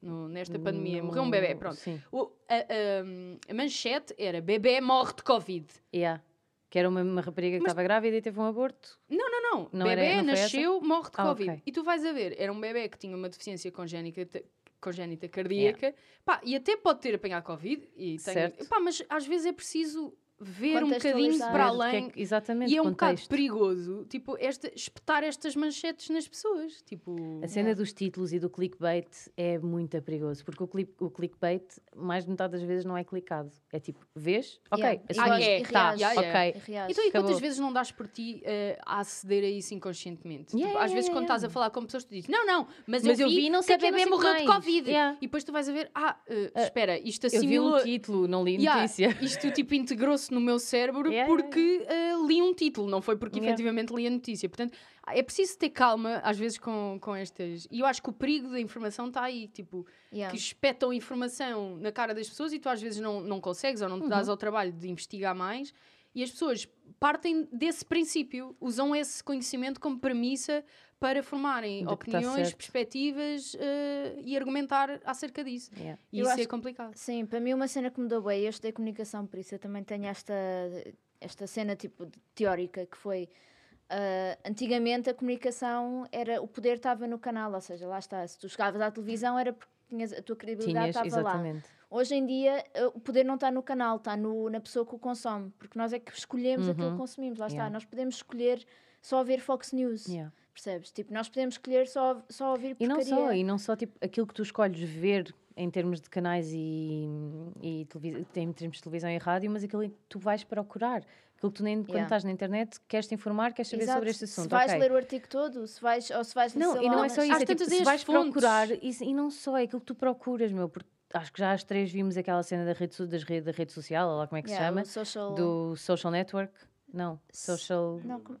S1: no- nesta pandemia, morreu um bebê,
S2: No-
S1: pronto.
S2: Sim.
S1: O- a, a- a manchete era, bebê morre de Covid.
S2: Yeah. Que era uma, uma rapariga que
S1: Mas-
S2: estava grávida e teve um aborto.
S1: Não,
S2: Não
S1: bebê
S2: era- não foi essa?
S1: nasceu, morre de
S2: Ah,
S1: Covid.
S2: ok.
S1: E tu vais a ver, era um bebê que tinha uma deficiência congénita te- congénita cardíaca. Pá, e até pode ter apanhado Covid. E
S2: Certo.
S1: tem, pá, mas às vezes é preciso ver um bocadinho
S3: Contextualizar.
S1: para
S2: Ver o que é
S1: além.
S2: que- exatamente,
S1: e é um bocado
S2: contexto.
S1: perigoso, tipo, esta, espetar estas manchetes nas pessoas. Tipo,
S3: Uhum.
S2: A cena dos títulos e do clickbait é muito perigoso, porque o, clip, o clickbait, mais de metade das vezes, não é clicado. É tipo, vês? Ok,
S3: Yeah.
S2: assumiste.
S1: Ah, é,
S2: tá,
S1: reages.
S2: ok.
S1: Yeah,
S3: E reages.
S1: Então, e
S2: Acabou.
S1: quantas vezes não dás por ti eh, a aceder a isso inconscientemente?
S2: Yeah,
S1: Tipo, às
S2: yeah,
S1: vezes,
S2: yeah,
S1: quando estás a falar com pessoas, tu dizes: Não, não, mas,
S2: Mas
S1: eu,
S2: eu
S1: vi,
S2: vi e não
S1: que
S2: sei
S1: a
S2: o quê, não
S1: bebê
S2: sei o que
S1: morreu de
S2: mais."
S1: Covid.
S2: Yeah.
S1: E depois tu vais a ver: Ah, eh, espera, isto
S2: Eu vi
S1: assimilou.
S2: um título, não li
S1: Yeah,
S2: notícia.
S1: isto tipo integrou-se no meu cérebro
S2: Yeah, yeah,
S1: porque eh, li um título, não foi porque
S2: Yeah.
S1: efetivamente li a notícia. Portanto, é preciso ter calma às vezes com, com estas. E eu acho que o perigo da informação está aí, tipo,
S3: Yeah.
S2: É.
S1: que espetam informação na cara das pessoas e tu às vezes não, não consegues ou não te dás
S2: Uhum.
S1: ao trabalho de investigar mais. E as pessoas partem desse princípio, usam esse conhecimento como premissa para formarem
S2: De que tá
S1: opiniões,
S2: certo.
S1: perspectivas eh, e argumentar acerca disso.
S2: Yeah.
S1: E
S3: Eu
S1: isso
S3: acho
S1: é complicado.
S3: Sim, para mim uma cena que me deu bem, eu estudei comunicação, por isso eu também tenho esta, esta cena tipo de- teórica que foi ah, antigamente a comunicação era o poder estava no canal, ou seja, lá está, se tu chegavas à televisão era porque tinhas, a tua credibilidade
S2: Tinhas,
S3: estava lá.
S2: exatamente.
S3: Hoje em dia ah, o poder não está no canal, está no- na pessoa que o consome, porque nós é que escolhemos aquilo
S2: Uhum.
S3: que consumimos, lá está,
S2: Yeah.
S3: nós podemos escolher só ver Fox News,
S2: Yeah.
S3: percebes? Tipo, nós podemos escolher só, só ouvir
S2: E não
S3: porcaria.
S2: só, e não só tipo, aquilo que tu escolhes ver em termos de canais e, e televis- em termos de televisão e rádio, mas aquilo que tu vais procurar. Aquilo que tu nem, quando
S3: Yeah.
S2: estás na internet, queres te informar, queres saber
S3: Exato.
S2: sobre este assunto.
S3: Se vais
S2: ok.
S3: ler o artigo todo, se vais, ou se vais
S2: Não,
S3: sei
S2: e
S3: lá,
S2: não é só isso.
S1: às
S2: É, tipo,
S1: tantas é
S2: se
S1: as
S2: vais
S1: fontes.
S2: procurar, isso- e não só, é aquilo que tu procuras, meu, porque acho que já às três vimos aquela cena da rede, so- das rede, da rede social, ou lá como é que
S3: Yeah, o
S2: se
S3: Social,
S2: chama, do social network. Não, social
S3: não, como-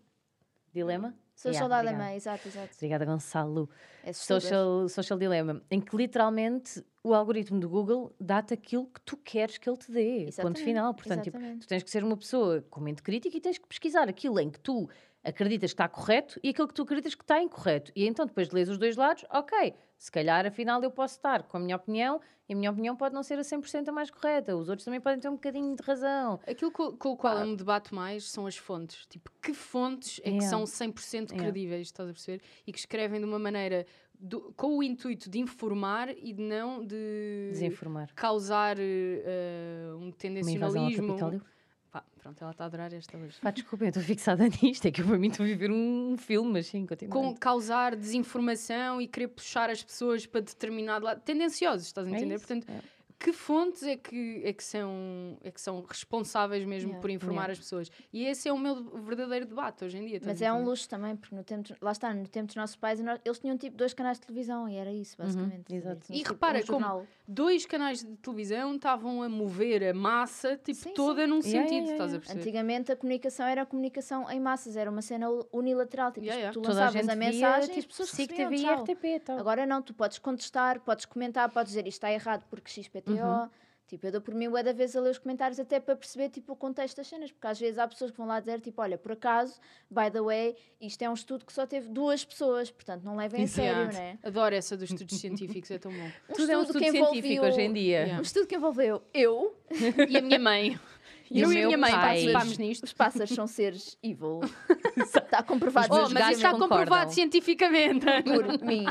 S2: dilema.
S3: social
S2: Yeah,
S3: da
S2: obrigada.
S3: mãe, exato, exato.
S2: Obrigada, Gonçalo.
S3: É social...
S2: Social, social dilema, em que literalmente o algoritmo do Google dá-te aquilo que tu queres que ele te dê. Ponto
S3: Exatamente,
S2: final. Portanto, tipo,
S3: exatamente.
S2: tu tens que ser uma pessoa com mente crítica e tens que pesquisar aquilo em que tu acreditas que está correto e aquilo que tu acreditas que está incorreto. E então depois lês os dois lados, ok, se calhar afinal eu posso estar com a minha opinião e a minha opinião pode não ser a 100% a mais correta. Os outros também podem ter um bocadinho de razão.
S1: Aquilo co- com, o qual
S2: Ah.
S1: eu me debato mais são as fontes. Tipo, que fontes é que
S2: Yeah.
S1: são 100%
S2: Yeah.
S1: credíveis, estás a perceber? E que escrevem de uma maneira do- com o intuito de informar e de não de
S2: Desinformar.
S3: Hum,
S1: causar eh, eh, um
S2: Uma invasão ao
S1: tendencionalismo.
S2: Capitólio.
S1: Pá, pronto, ela está a adorar esta hoje.
S2: Pá, desculpa, eu estou fixada nisto. É que eu para mim estou a viver um filme, mas sim, continua.
S1: Com causar desinformação e querer puxar as pessoas para determinado lado. Tendenciosos, estás a
S2: É
S1: entender?
S2: isso,
S1: Portanto,
S2: é.
S1: que fontes é que, é que, são, é que são responsáveis mesmo
S3: Yeah.
S1: por informar
S2: Yeah.
S1: as pessoas? E esse é o meu verdadeiro debate hoje em dia. estás
S3: Mas
S1: a
S3: é um
S1: entender?
S3: luxo também, porque no tempo, dos- lá está, no tempo dos nossos pais, nós- eles tinham tipo dois canais de televisão e era isso, basicamente. sabe?
S2: Uhum, exato.
S3: Tínhamos,
S1: E
S3: tipo,
S1: repara
S3: um
S1: como-
S3: jornal.
S1: dois canais de televisão estavam a mover a massa, tipo,
S3: Sim,
S1: toda num
S2: Yeah,
S1: sentido,
S2: yeah,
S1: estás a
S2: yeah.
S1: perceber?
S3: Antigamente a comunicação era a comunicação em massas, era uma cena u- unilateral, tipo,
S1: Yeah, yeah.
S3: tu
S2: Toda a
S3: lançavas
S2: gente
S3: a,
S2: via,
S3: mensagem e as
S2: tipo,
S3: pessoas
S2: SIC
S3: recebiam,
S2: TV e
S3: tchau.
S2: RTP, tal.
S3: Agora não, tu podes contestar, podes comentar, podes dizer isto está errado porque XPTO.
S2: Uhum.
S3: Tipo, eu dou por mim bué da vez a ler os comentários até para perceber tipo, o contexto das cenas, porque às vezes há pessoas que vão lá dizer tipo, olha, por acaso, by the way, isto é um estudo que só teve duas pessoas, portanto não levem a sério,
S1: Yeah.
S2: é?
S3: né?
S1: Adoro essa dos estudos científicos, é tão bom.
S3: Um
S2: Tudo é um estudo científico hoje em dia.
S1: Yeah.
S3: Um estudo que envolveu eu,
S1: E a minha mãe.
S2: E
S1: eu
S2: o
S1: e a
S2: meu
S1: minha mãe
S2: pai.
S1: participámos nisto.
S3: os pássaros são seres evil. está comprovado
S1: Oh,
S2: meus
S1: mas isso
S2: gatos
S1: está
S2: concordam.
S1: comprovado cientificamente.
S3: por mim.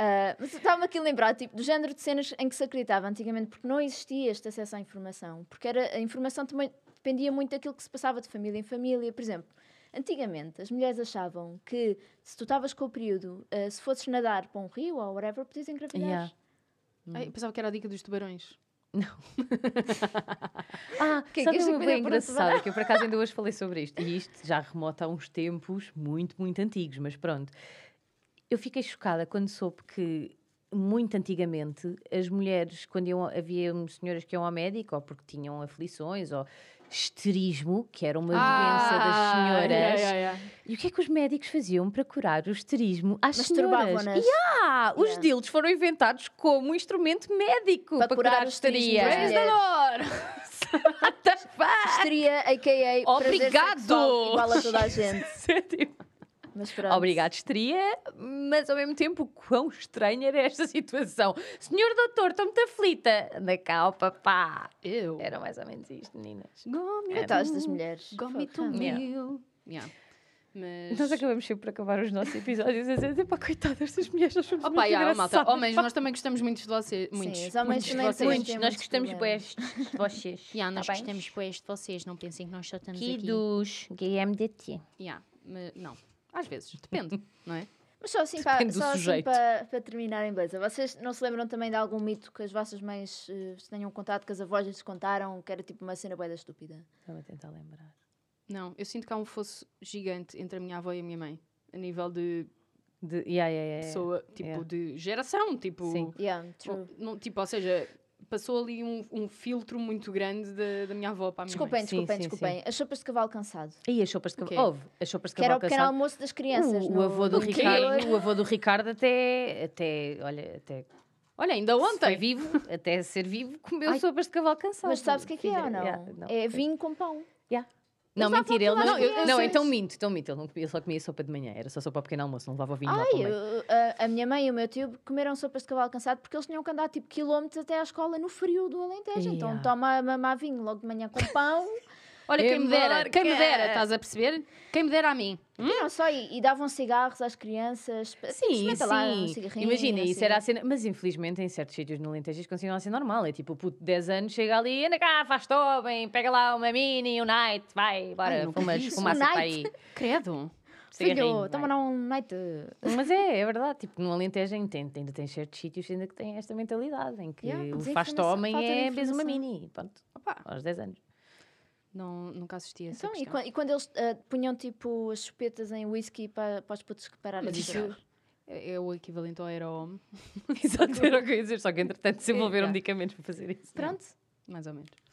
S3: Ah, mas eu estava-me aqui a lembrar tipo, do género de cenas em que se acreditava antigamente, porque não existia este acesso à informação. Porque era, a informação também dependia muito daquilo que se passava de família em família. Por exemplo, antigamente as mulheres achavam que se tu estavas com o período, ah, se fosses nadar para um rio ou whatever, podias engravidar.
S2: Yeah.
S1: Ai, pensava que era a dica dos tubarões.
S2: Ah,
S3: que é
S2: sabe
S3: que esta comida é
S2: uma bem
S3: para
S2: engraçada que eu por acaso ainda hoje falei sobre isto. E isto já remota a uns tempos muito, muito antigos, mas pronto. Eu fiquei chocada quando soube que muito antigamente as mulheres, quando iam, havia um, senhoras que iam ao médico, ou porque tinham aflições, ou esterismo, que era uma doença
S3: Ah,
S2: das senhoras.
S1: yeah, yeah, yeah.
S2: E o que é que os médicos faziam para curar o esterismo às senhoras?
S3: Masturbavam-nas.
S2: Yeah, Ah, Os
S3: Yeah.
S2: dildos foram inventados como um instrumento médico para,
S3: Para
S2: curar,
S3: curar
S2: a
S3: o esterismo
S2: histeria.
S3: das
S1: Praise the
S3: mulheres.
S1: Lord!
S3: Histeria, a.k.a. prazer
S1: Obrigado!
S3: sexual, Igual a toda a gente.
S2: É tipo,
S3: Mas pronto.
S2: Obrigado, histeria, mas ao mesmo tempo, quão estranha era esta situação. Senhor doutor, estou muito aflita. Anda cá, ó papá.
S1: Eu.
S2: Era mais ou menos isto, meninas.
S1: É. Gome
S3: Coitadas das mulheres.
S1: Gome
S3: Fogo.
S1: to
S2: Yeah.
S1: mil. Yeah. Mas.
S2: Nós é acabamos sempre por acabar os nossos episódios a dizer, pá, coitadas, estas mulheres, nós somos
S1: Opa,
S2: muito
S1: já, malta.
S2: engraçadas,
S1: Homens,
S2: pá."
S1: nós também gostamos muito de vocês. Muitos.
S3: os homens
S1: muitos de
S3: também
S1: vocês.
S3: temos-
S4: Muitos, nós gostamos bué
S3: problemas.
S4: de vocês.
S1: Yeah, nós
S4: tá bem?
S1: gostamos pois de vocês, não pensem que nós só estamos
S4: aqui
S1: aqui.
S4: dos GMDT.
S1: Yeah, mas não, às vezes, depende, não é?
S3: Mas só assim, para,
S2: Depende do
S3: só assim
S2: sujeito.
S3: para, para terminar em beleza, vocês não se lembram também de algum mito que as vossas mães eh, se tenham contado, que as avós lhes contaram, que era tipo uma cena boeda estúpida?
S2: Estava a tentar lembrar.
S1: Não, eu sinto que há um fosso gigante entre a minha avó e a minha mãe, a nível de
S2: De, yeah, yeah, yeah, yeah.
S1: pessoa, tipo,
S2: yeah.
S1: de geração, tipo,
S2: É, Sim.
S3: Yeah,
S2: Hum,
S3: true.
S1: ou- não, tipo, ou seja, passou ali um, um filtro muito grande da, da minha avó para a minha
S3: Desculpem,
S1: mãe.
S2: Sim,
S3: desculpem,
S2: sim,
S3: desculpem. As sopas de cavalo cansado.
S2: E as sopas de
S1: O quê?
S2: cavalo. Houve, as sopas de
S3: Que era o
S2: cavalo
S3: pequeno
S2: cansado.
S3: almoço das crianças.
S2: O,
S3: no-
S2: o avô do
S3: no
S2: Ricardo,
S3: interior.
S2: o avô do Ricardo até, até olha, até
S1: Olha, ainda
S2: foi
S1: ontem,
S2: vivo, até ser vivo, comeu
S1: Ai.
S2: sopas de cavalo cansado.
S3: Mas sabes o que é que é ou não?
S2: Yeah, não.
S3: É vinho com pão.
S2: Não,
S3: Mas há
S2: mentira, ele
S3: pouco lá
S2: não,
S3: as
S2: eu- não,
S3: crianças.
S2: então minto, então minto, ele, não, ele só comia sopa de manhã, era só sopa ao pequeno almoço, não levava vinho lá
S3: Ai,
S2: para o meio.
S3: eu- a, a minha mãe e o meu tio comeram sopas de cavalo cansado porque eles tinham que andar tipo quilómetros até à escola no frio do Alentejo. Então
S2: Yeah.
S3: toma a mamar vinho logo de manhã com pão.
S1: olha, quem me dera, quem me dera,
S2: Embarca.
S1: estás a perceber? Quem me dera a mim.
S3: E não só, e, e davam cigarros às crianças.
S2: Sim,
S3: Experimenta lá um
S2: sim.
S3: cigarrinho,
S2: Imagina,
S3: assim.
S2: isso era a cena. Mas infelizmente em certos sítios no Alentejo isso continua a ser normal. É tipo, o puto de 10 anos chega ali, anda cá, faz bem, pega lá uma mini, um night, vai,
S1: Ai,
S2: bora,
S1: nunca
S2: fumas,
S1: vi isso.
S2: fumaça
S3: Um
S2: para aí.
S3: night?
S1: Credo.
S2: cigarrinho,
S3: Filho,
S2: vai.
S3: toma lá um night.
S2: Mas é, é verdade, tipo, no Alentejo ainda tem, ainda tem certos sítios ainda que têm esta mentalidade em que
S3: Yeah,
S2: o
S3: desinformação,
S2: faz homem
S3: falta de
S2: é mesmo uma
S3: informação.
S2: mini, pronto,
S1: Opa,
S2: aos 10 anos.
S1: não, nunca assisti a essa
S2: é
S3: Então, e,
S1: questão.
S3: quan- e quando eles ah, punham tipo as chupetas em whisky para, para os putos que pararam
S1: Mas
S3: de
S1: isso
S3: chorar?
S1: é é o equivalente ao aerome,
S2: Exato, era o que eu ia dizer, só que entretanto desenvolveram
S1: Yeah.
S2: medicamentos para fazer isso.
S3: É, Pronto.
S1: mais ou menos.